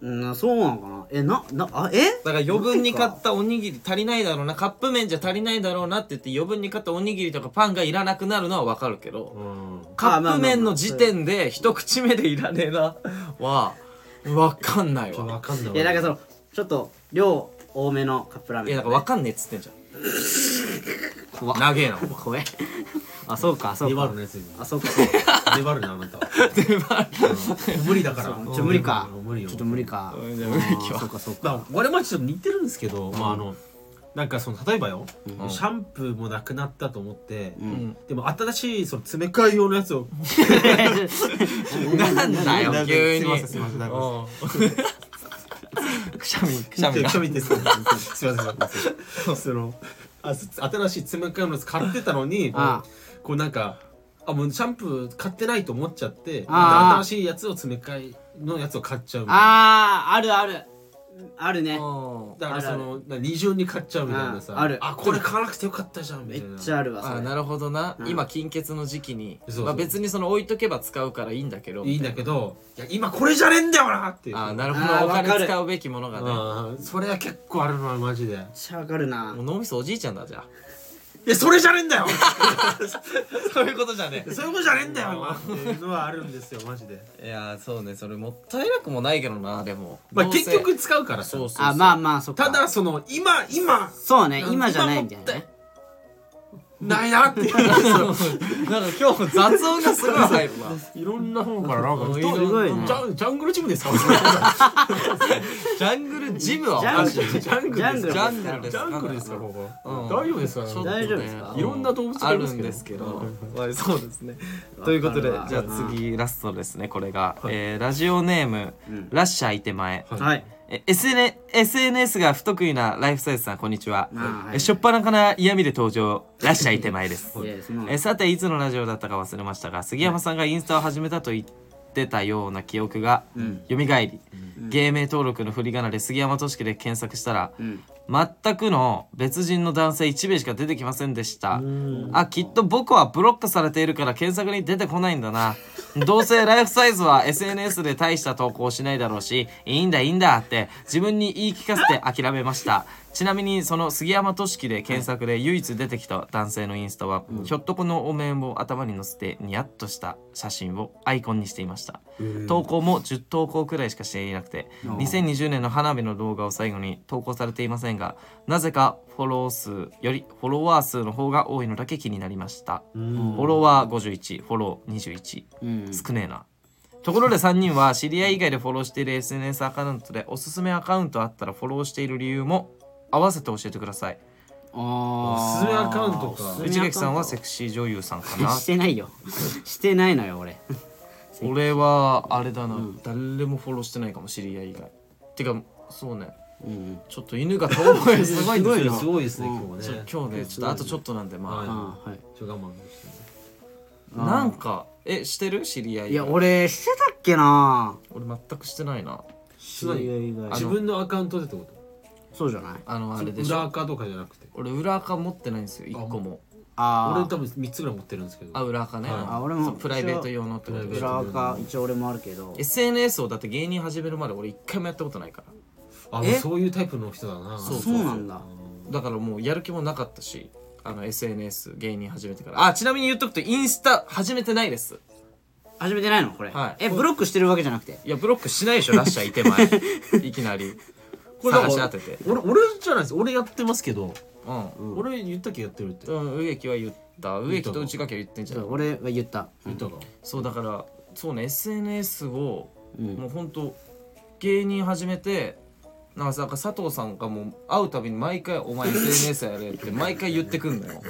うん、そうなのかなえ、な、な、あ、え
だから余分に買ったおにぎり足りないだろうなカップ麺じゃ足りないだろうなって言って余分に買ったおにぎりとかパンがいらなくなるのは分かるけど
う
カップ麺の時点で一口目でいらねえなは分かんない
ん。わ
わ
かんないわ。
いや、なんかその、ちょっと、量多めのカップラー
い
メン。
やだから分かんねえっつってんじゃん
怖っ
長えな
怖え。あ、そうか、そう
粘
か
る。ね、ついに。
あ、そうか、 そうか。
粘るね、あなた。
で
無理だから。
ちょ、無理か
うん無理。よ。
ちょっと無理か。
うんじゃあ無理き
あー
わ
そうか、そうか。
まあ、俺もちょっと似てるんですけど、まあ、あの、なんかその、例えばよ、
ん
シャンプーもなくなったと思って、
ん
でも新しいその詰め替え用のやつを
なんだよ急
すいませ
に
んすいませんなんか
うんくしゃみく しゃみが
くしゃみってすいませんすいませんそのあす新しい詰め替え用のやつ買ってたのに
あ
こうなんかあもうシャンプー買ってないと思っちゃって
あー
新しいやつを詰め替えのやつを買っちゃうみたいな
あー、あるある。あるね。
うん
だからそのな二重に買っちゃうみたいなさ
うんある
これ買わなくてよかったじゃんみ
め
た
っ
いな
ちゃあるわ、そ
あ
れ。
なるほどな、
うん
今金欠の時期に
そうそう
まあ、別にその置いとけば使うからいいんだけど
いいんだけどいや今これじゃねえんだよなっていう
あなる
あー
ほどお
わかる
金使うべきものがね
うんそれは結構あるのはマジで
めっちゃわかるな
も。う脳みそおじいちゃんだじゃあ
いやそれじゃねえんだよ
そういうことじゃね
そういうことじゃねえんだよ今っていうのはあるんですよマジで
いやーそうねそれもったいなくもないけどなでも
まあ
どうせ
結局使うからさ
そうそうそう
あ、まあまあ、そっか。
ただその今今
そうね、今じゃないみたいなね。
ないなってい う
なんか今日雑音がすごい入るない
ろんな方からなんか
すご
いね
ジャンジャングルジムですか
ジャングルジムは
ジャングル
ジャングル
ジャングル
ジャングル
ジャングルですかここ
うん
大丈夫ですか
ちょっとね
大丈夫ですか
いろんな動物が
あ
い
る
ますけど
んですけど、はいそうですね。ということで
わかるわ
じゃあ次ラストですねこれが、えーラジオネーム、
うん
ラッシャーいて前、
い
はい。
え SN SNS が不得意なライフサイズさんこんにちは、
あーはい
えしょっぱなから嫌味で登場ラッシャーいて前です
いや、その
えさていつのラジオだったか忘れましたが杉山さんがインスタを始めたと言っってたような記憶が
うん
蘇り、芸名登録の振り仮名で杉山俊樹で検索したら、
うん
全くの別人の男性1名しか出てきませんでしたあきっと僕はブロックされているから検索に出てこないんだなどうせライフサイズは SNS で大した投稿しないだろうしいいんだいいんだって自分に言い聞かせて諦めましたちなみにその杉山俊樹で検索で唯一出てきた男性のインスタは、ひょっとこのお面を頭に乗せてニヤッとした写真をアイコンにしていました投稿も10投稿くらいしかしていなくて
ん
2020年の花火の動画を最後に投稿されていませんがなぜかフォロー数よりフォロワー数の方が多いのだけ気になりましたフォロワー51フォロー21
うん
少ねえなところで3人は知り合い以外でフォローしている SNS アカウントでおすすめアカウントあったらフォローしている理由も合わせて教えてください
お
おすすめアカウントか
内垣さんはセクシー女優さんかな
してない よしてないのよ俺
俺はあれだな、誰もフォローしてないかも知り合い以外てかそうね
うん
ちょっと犬が遠吠 えすごいんですよ
すごいですね今日
ちょ
ね
今日ねちょっとあとちょっとなんで
はい
ま
あはい
ちょ我慢
あなんかえしてる知り合い
いや俺してたっけな
俺全くしてないな
してない
以外
あ
自分のアカウントでってこ
そうじゃない
あのあ
と
れでし
裏
ょ
垢とかじゃなくて
俺裏垢持ってないんですよ一個も
あ
俺
あ
多分3つぐらい持ってるんですけど
あ裏垢ね
はい
うん
あ俺も
そうプライベート用のってこと
プライベー
で
ト
裏垢一応俺もあるけど
SNS をだって芸人始めるまで俺一回もやったことないから
あ
え
そういうタイプの人だな
そう
そうなんだ
だからもうやる気もなかったしあの SNS 芸人始めてからあちなみに言っとくとインスタ始めてないです
始めてないのこれ
はい
えブロックしてるわけじゃなくて
いやブロックしないでしょラッシャーいて 前いきなり
これだ
探
から
し当てて
俺俺じゃないです俺やってますけど
うん
俺言ったっけやってるって
うん、植木は言った植木と内垣は言ってんじゃ
そ
ん
う俺は言った
言ったか
そうだからそうね SNS を
うん
もうほんと芸人始めてなんかさ佐藤さんがもう会うたびに毎回「お前 SNS やれ」 って毎回言ってくんのよ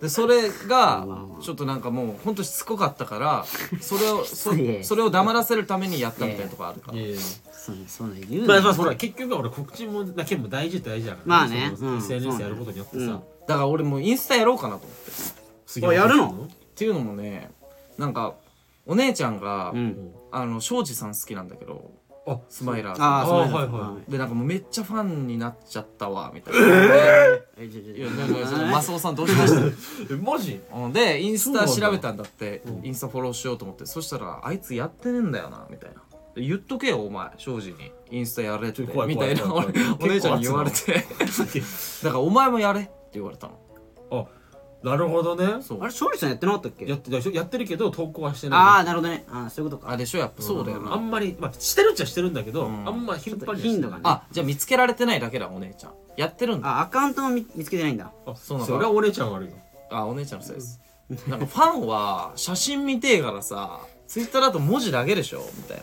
でそれがちょっとなんかもうほんとしつこかったからそ れをそ
いやいや
それを黙らせるためにやったみたいなとこあるから
いやいや
そうそうなん言う
ま
な
あまあほら結局は俺告知もだけも大事っちゃ大事だから
まあね
その
うん
SNS やることによって
う
さ
ん
だから俺もうインスタやろうかなと思って
杉山
あやるの
君
っていうのもねなんかお姉ちゃんが、
うん
あの庄司さん好きなんだけど
あ
スマイラーズ
ああそう
あ
な
はい
んだ
はい
でなんかもうめっちゃファンになっちゃったわみたいな。
えちょちょ
いやなんかそのマスオさんどうしま した
えマジ
うんでインスタ調べたんだってインスタフォローしようと思ってそしたらあいつやってねえんだよなみたいな。で言っとけよお前庄司にインスタやれって
ちょ怖い怖い
みたいな
怖い怖い
おお姉ちゃんに言われて だからお前もやれって言われたの
あなるほどね
そう
あれ勝利さんやってなかったっけ
やってだしやってるけど投稿はしてない
ああなるほどねあーそういうこと
あ
か
でしょやっぱそうだよな、
あんまりまあしてるっちゃしてるんだけど
ん
あんま頻繁にはしてない
頻度がね
あじゃあ見つけられてないだけだお姉ちゃんやってるんだ
あアカウントも見見つけてないんだ
あ
そ
そうう
な
なんん
だ
それはお姉ちゃん悪いよ
あお姉ちゃんのせいですなんかファンは写真見てえからさツイッターだと文字だけでしょみたい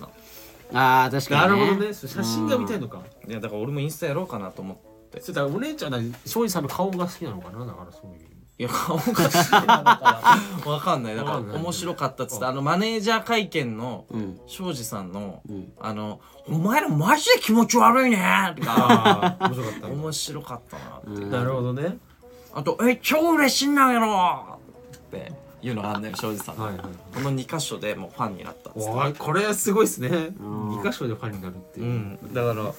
な
あー確
な
か
る
に
ほ
ね
どねそう写真が見たいのか
いやだから俺もインスタやろうかなと思って
それだからお姉ちゃんは庄司さんの顔が好きなのかなだからそういう
いや顔が 好きなのかなわかんないだから
わかんない
面白かったっつってあのマネージャー会見の
うん
庄司さんの
うん
「あのお前らマジで気持ち悪いね」とか
ああ面白かった
面白かったなって
なるほどね
あと「え超嬉しいんだけど」っていうのがあんだよ庄司さんの
はいはい
この2箇所でもうファンになったっつって
おいこれはすごいですね2箇所でファンになるっていううん
だから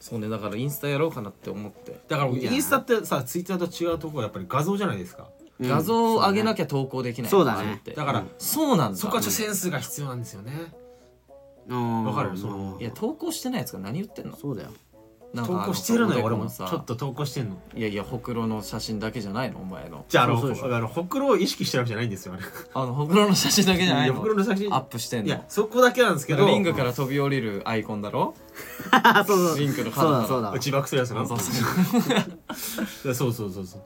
そうねだからインスタやろうかなって思って
だからインスタってさツイッターと違うところはやっぱり画像じゃないですか
画像を上げなきゃ投稿できない
そうだね
って
だから
そうなんだ
そこはちょっとセンスが必要なんですよね
わ
わかるその
いや投稿してないやつが何言ってんの
そうだよ
なんか
投
あ
稿してるのよ俺もち
さ
ょっと投稿してんの
いやいやほくろの写真だけじゃないのお前の
じゃああの
そうそうでしょ
あのほくろを意識してるわけじゃないんですよあれ
あのほくろの写真だけじゃない
いや
の
ほくろの写真
アップしてんの
いやそこだけなんですけど
リングから飛び降りるアイコンだろ
あそうそう
リンク
そ
の
う
角
だ
か
そう
ら
だ
自爆するやつな
そうそう
いやそうそうそうそう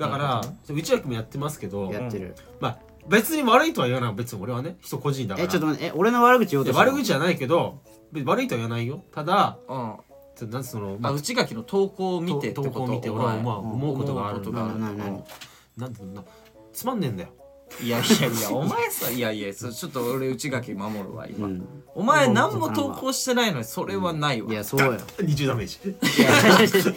だ
な
から
る
そう内訳もやってますけど
やってる
まあ別に悪いとは言わない別に俺はね人個人だから
えちょっと待ってえ俺の悪口言おう
い
と
や
した
悪口じゃないけど別に悪いとは言わないよただ
うん
ちょっとなんつうの、ま
あ
あ、
内垣の投稿を見てってこと
投稿を見て
お
俺は
前
まあ思うことがあ
思
る
うこと
がある
うんなんていうのかなつまんねえんだよ
いやいやいやお前さいやいやそちょっと俺内垣守るわ今、
うん
お前何も投稿してないのにそれはないわ、
いやそうよ
20ダメージ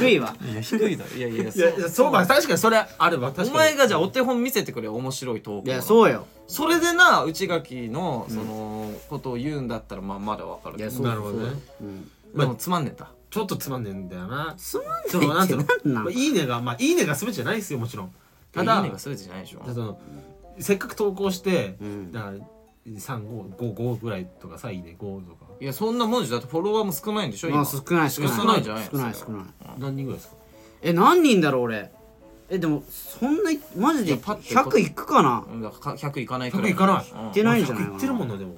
低いわ
いや低いだろいやいや
い
そう
やいやそうまあ確かにそれあるわ確
お
か
前
に
がじゃあお手本見せてくれよ面白い投稿
いやそうよ
それでな内垣のその、ことを言うんだったらまあまだわかる
い
け
や
ど
そう
なるほどね
うん
でもつまんねえんだ
ちょっとつまんねえんだよな
つまん
そのなんていうの
って なんなん
まあいいねがまあいいねが全てじゃないですよもちろんた
た
だ
だいいねが全てじゃないでしょ
そのせっかく投稿して、
うん
だから355ぐらいとかさいいね5とか
いやそんなもんじゃだってフォロワーも少ないんでしょ
ま
今
あ少ない少ない
少ないじゃない
少ない少ない
何人ぐらいですか
え何人だろう俺えでもそんないマジで
いやパッてこ
100いくかな
うんだからか100いかない
100いかない
うん
いけないんじゃない
100ってるもんなでも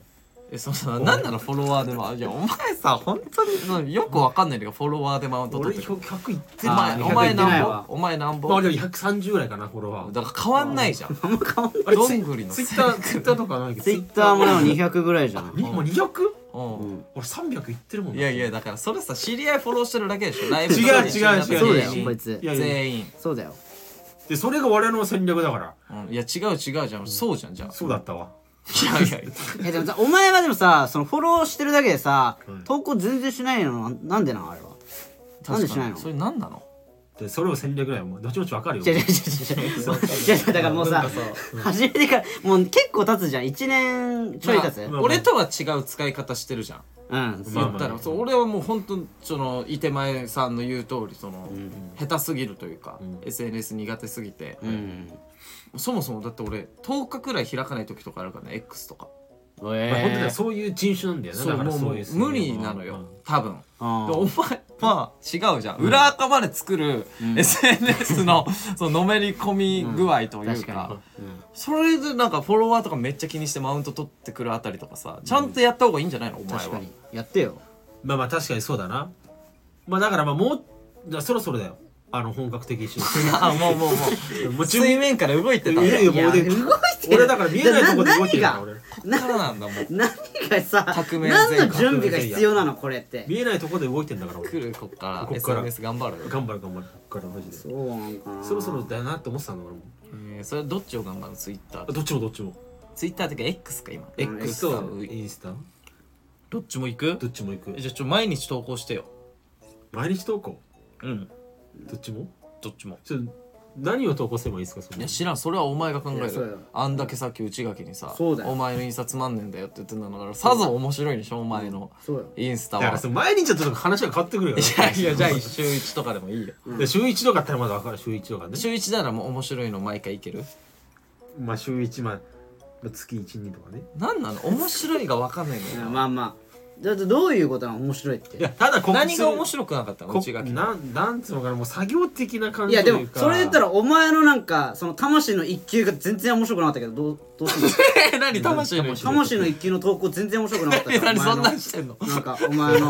えそのなんなのフォロワーでもいやお前さ本当にそのよくわかんないんだけどフォロワーでマウント
俺
取ってる
100いって
お
る
前
あー
お前
100いってない
なん
わ
ぼお前なんぼ
まあ
だ
でも130ぐらいかなフォロワー
から変わんないじゃん
あんま変わんない
あれ
どんぐりの
ツイツイッターツイッターとかないけど
ツイッターもでも200ぐらいじゃん
にもう 200?
う
うんん
俺300いってるもん
い
な
やいやだからそれさ知り合いフォローしてるだけでしょライブ
違う
とかで
違う違う
知
そ
り合
う
い
だよこいつ
いや
全員
そうだよ
でそれが我々の戦略だから
うんいや違う違うじゃんそうじゃんじゃあ
そうだったわ
いやいやいや
えでもさお前はでもさそのフォローしてるだけでさ
うん
投稿全然しないのなんなんでなんあれはなんでしないの
それなんなの
でそれを戦略だよもう後々わかるよ
違う違う違う違う違うだからもうさ初めてからもう結構経つじゃん1年ちょい経つ
まあ
俺とは違う使い方してるじゃん
うん
まあ
言
まあ
ったらそう俺はもう本当その伊手前さんの言う通りその下手すぎるというか
ん
SNS 苦手すぎて
うん
そもそもだって俺10日くらい開かない時とかあるからね X とか
まあ本当に
え
そういう人種なんだよね
そう
だから
もうも
そう
う
いう
無理なのよ多分
あ
でお前まあ違うじゃん裏垢まで作る SNS のそののめり込み具合という
確
か
かにうん
それでなんかフォロワーとかめっちゃ気にしてマウント取ってくるあたりとかさちゃんとやった方がいいんじゃないのお前
確か
は
にやってよ
まあまあ確かにそうだなまあだからまあもうだからそろそろだよあの本格的一緒
あもうもうもう
もう準備
水面から動いて
い
た
や
ん
い
だ
やいやもうで
いや動いてる
俺だから見えないとこで動いてるから
な
俺
こっからなんだもう
何がさ
革命前
何の準備が必要なのこれって
見えないとこで動いてんだから俺
来るこっから
こっから
SNS 頑張る
頑張る頑張るこっからマジで
そうなんかな
そろそろだよなって思ってたんだ俺も
えーそれどっちを頑張るのツイッター
どっちもどっちも
ツイッターってか X か今
X
X か
とインスタ
どっちも行く
どっちも行く
えじゃあちょ毎日投稿してよ
毎日投稿
うん
どっちも
どっちも
ちょ何を投稿すればいいですかそ
い
れ
や知らんそれはお前が考え
いやそう
る
よ
あんだけさっき内垣にさ
そうだよ
お前の印刷万年だよ」って言ってんだからさぞ面白いでしょお前の
そうよ
インスタ
だから
は
その毎日だと話が変わってくるよ
いやいやじゃあ週1とかでもいいよ
で週一とかあったらまだ分かる週一とかね
週1ならもう面白いの毎回いける
まあ週一まあ月一二とかね
なんなの面白いが分かんない
い
の
や
よ
まあまあだってどういうことなの面白いって
いやただ告
何が面白くなかったの内垣の
なんなんつうのかなもう作業的な感
い
じ
や
と
で
い
も
うか
それで言ったらお前のなんかその魂の一球が全然面白くなかったけどどうどうすんの
え 何魂 の
魂の一球の投稿全然面白くなかったか
え
ら
何
お
そん
前
な
の
んしてんの
なんかお前の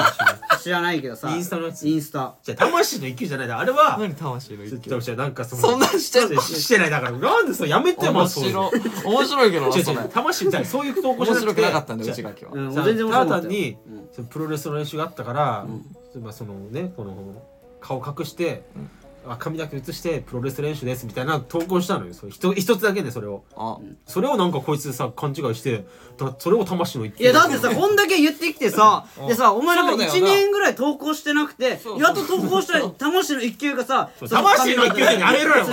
知らないけどさ
インスタのやつ
インスタ
じゃあ魂の一級じゃないだあれは
何魂の
ち
一
ょっ
挙
とじゃあなんかその
そんなんしてんの
してないだからなんでそれやめてよも
面
うそういうの
白面白いけどな
違う
それ
違う魂みたいなそういう投稿じ
面
ゃなくて
白くなかったんだよ
じゃあ
内垣は
うん
じゃあ
全然面白
た
くなか
だ
った
単
よ
に
うん
そのプロレスの練習があったから、まあそのねこの顔隠して、あ髪だけ写してプロレス練習ですみたいな投稿したのよそれ一一つだけでそれを
あ
それをなんかこいつさ勘違いしてだそれを魂の一
いやだってさこんだけ言ってきてさでさお前なんか
そう
1
だよな
年ぐらい投稿してなくて
そう
やっと投稿したら魂の一球がさ
そう魂の一球でやめろよ
そう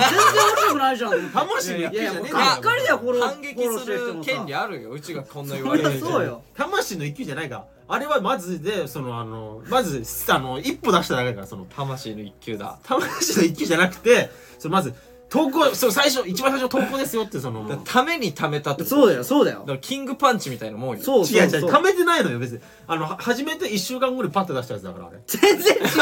全然面白くないじゃん
魂の
い
一級じ
やい
ゃ
や
ね
もう
え
がっ
か
かりだよフォロー
反撃する権利
あ
あるようちがこんな言わ
そ
れ
りゃ
る
そうよ
魂の一級じゃないかあれはまずでそのあのまずあの一歩出しただけだからその
魂の一級だ
魂の一級じゃなくてそのまず投稿その最初一番最初投稿ですよってその
ためにためたってこと
そうだよそうだ
だ
よ
からキングパンチみたいなもんよ
そう
違
そう
違
そう
う、溜めてないのよ、別に。あの、は始めて1週間後にパッと出したやつだから、あれ。い
全然違うし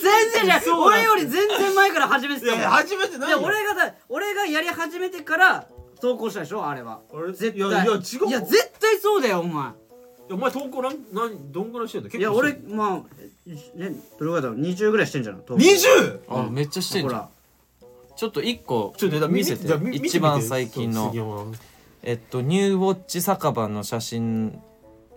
全然違う
そうだ
俺より全然前から始めてたもん
始めてない
いや俺がだ俺がやり始めてから投稿したでしょあれは
俺
絶対
いやいや違う
いや絶対そうだよお前
お前、投稿なん、なん、どんぐらいしてんの
いや俺まあえねどれぐらいだろう20ぐらいしてんじゃん投稿
20!
あめっちゃしてん
ほ
じゃ
ら
んちょっと一個
ちょっとだ
見せて
じゃあみ見て
一番最近
そう
の
杉山
えっとニューウォッチ酒場の写真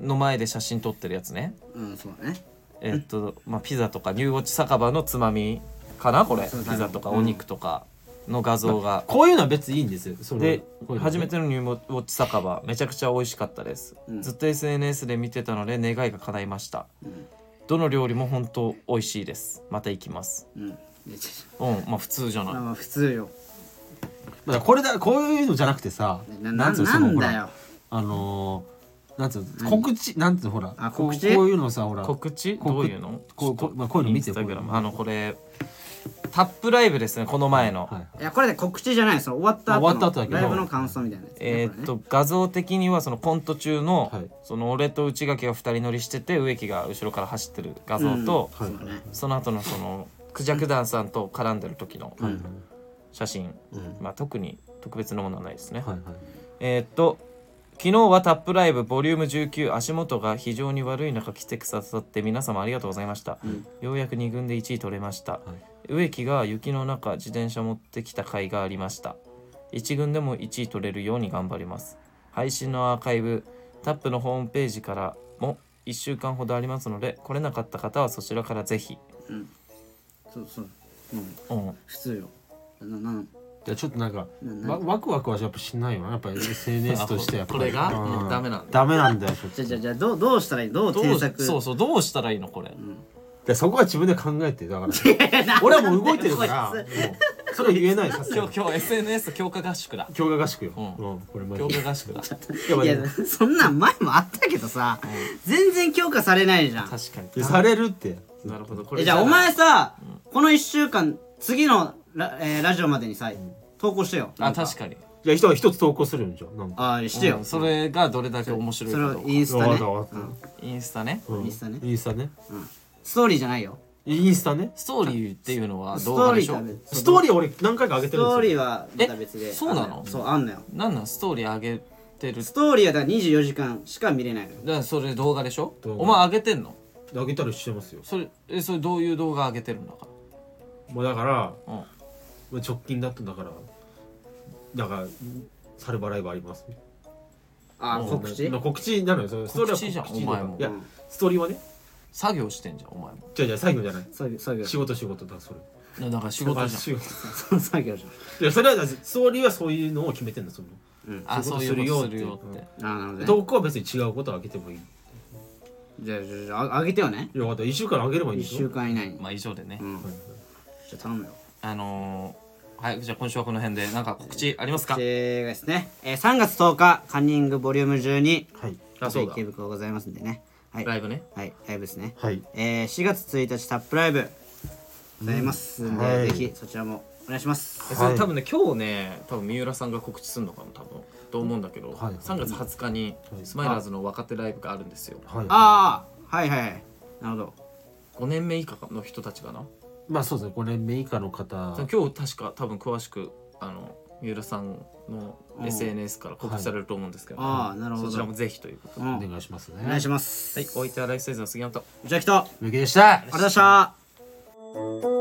の前で写真撮ってるやつね
うんそうだね
えっとまあピザとかニューウォッチ酒場のつまみかなこれ
そう
ピ
だね
ザとかお肉とかの画像が
こういうのは別にいいんですよその
で
こういうの
初めてのニューウォッチ酒場めちゃくちゃ美味しかったです、
うん
ずっと SNS で見てたので願いが叶いました、
ん
どの料理も本当美味しいですまた行きます
うんいやちょ
うんまあ普通じゃない、
まあまあ普通よ
まあこれだこういうのじゃなくてさ
なな
つうの
な
その
ん
ほら
だよ
あのー、なんつうの
何
告知なんつうのほら
あ
こう
告知
こういうのさほら
告知
告
どういうの
こうこうまあこういうの見て
インスタグラ
こういう
ム
の
あのこれタップライブですねこの前の、
はい
いやこれで告知じゃないその終わった後の
あ終わった後だけど
ライブの感想みたいなやつね、
えーっと画像的にはそのコント中の、
はい
その俺と内垣が2人乗りしてて植木が後ろから走ってる画像と、
これね、
は
そうね
その後のそのクジャクダンさんと絡んでる時の
うん
写真、
うん
まあ、特に特別なものはないですね、
はいはい
えーっと昨日はタップライブボリューム19足元が非常に悪い中来てくださって皆様ありがとうございました、ようやく2軍で1位取れました、植木が雪の中自転車持ってきた甲斐がありました1軍でも1位取れるように頑張ります配信のアーカイブタップのホームページからも1週間ほどありますので来れなかった方はそちらからぜひ、
そうそう、うん、
うん、
普通よなな
じゃあちょっとなんか
うん
わワクワクはやっぱしないよなやっぱ SNS としてやっぱりうん
ダメなんだ
ダメなんだよちょっ
じ
と
ゃあじゃあじゃあどうどうしたらいいどう
ど
制
う
作
そうそうどうしたらいいのこれ、
でそこは自分で考えてだから 俺はもう動いてるから
こい
もうそれは言えないさすが
今
に
日今日 SNS 強化合宿だ
強化合宿よ、
うん
うんこれマジ
強
で
化合宿だ
やば
い
い
や
ね
そんなん前もあったけどさ、全然強化されないじゃん
確かに
でされるって
なるほどこ
えじゃあお前さ、この1週間次のラ,、えーラジオまでにさ、投稿してよ
あ確かに、
じゃあ人は一つ投稿するんじゃんなんか
ああしてよ、
うんそれがどれだけ面白い
そ
か
れ
ど
を
うか
インスタ
わ
ね
かったわかった
うん
インスタね
うん
インスタね
インスタね
ストーリーじゃないよ
インスタね
ストーリーっていうのは
ス
動
ト
画
ーリ
で
ーと
しょ
は別
ストーリー俺何回か上げ
ス
てるんですよ
トーリーはまた別で
えそうなの
そうあんのよ
なんなんストーリー上げてる
ストーリーはだから24時間しか見れないのよ
だからそれ動画でしょ
動画
お前上げてんの
上げたりしてますよ
それえそれどういう動画上げてるんだか
もうだから
うん
もう直近だとだからだからサルバライブあります
あー告知
まあ告知なのよそのストーリーは
告知じゃん
告知だから
お前も
いや
うん
ストーリーはね
作業してんじゃんお前も
じゃあじゃあ最後じゃない
作業作業
仕事仕事だそれ
なだから仕事じゃん
仕事
作業じ
いやそれはストーリーはそういうのを決めてんのその
あ
仕
そ
事
うい
する
う
よ
こ
っ
と
て
するよって
ゃんあーなるほどね
投稿は別に違うことを上げてもいい
じゃあ、じゃあじゃあ、あげてよね。
よかった1週間上げればいいん
1
でしょ
週間以内に。
まあ以上でね
うん。じゃあ、頼むよ。
あのーはいじゃあ今週はこの辺でなんか告知ありますか
でですね、えー、3月10日、カンニングボリューム12、
はい
あそうだ
池袋ございますんでね。はい。
ライブね
はい、ライブですね。
はい
えー、4月1日、タップライブ、ございますんで、
うんはい
ぜひそちらもお願いします。
えそれ多分ね今日ね多分三浦さんが告知するのかも多分と思うんだけど
はい
3月20日にスマイラーズの若手ライブがあるんですよ
はい
ああ、はいはいはい。なるほど。
5年目以下の人たちかな
まあそうですね5年目以下の方
今日確か多分詳しくあの三浦さんの SNS から告知されると思うんですけど、
ああ、なるほ
そちら
ど
も。ぜひということ
う
で、
ん、
お
お
願いしますね
願いします。
はい、お相手はライフサイズの杉山と
じゃあ、きと、あり
向けでした
がとうございました。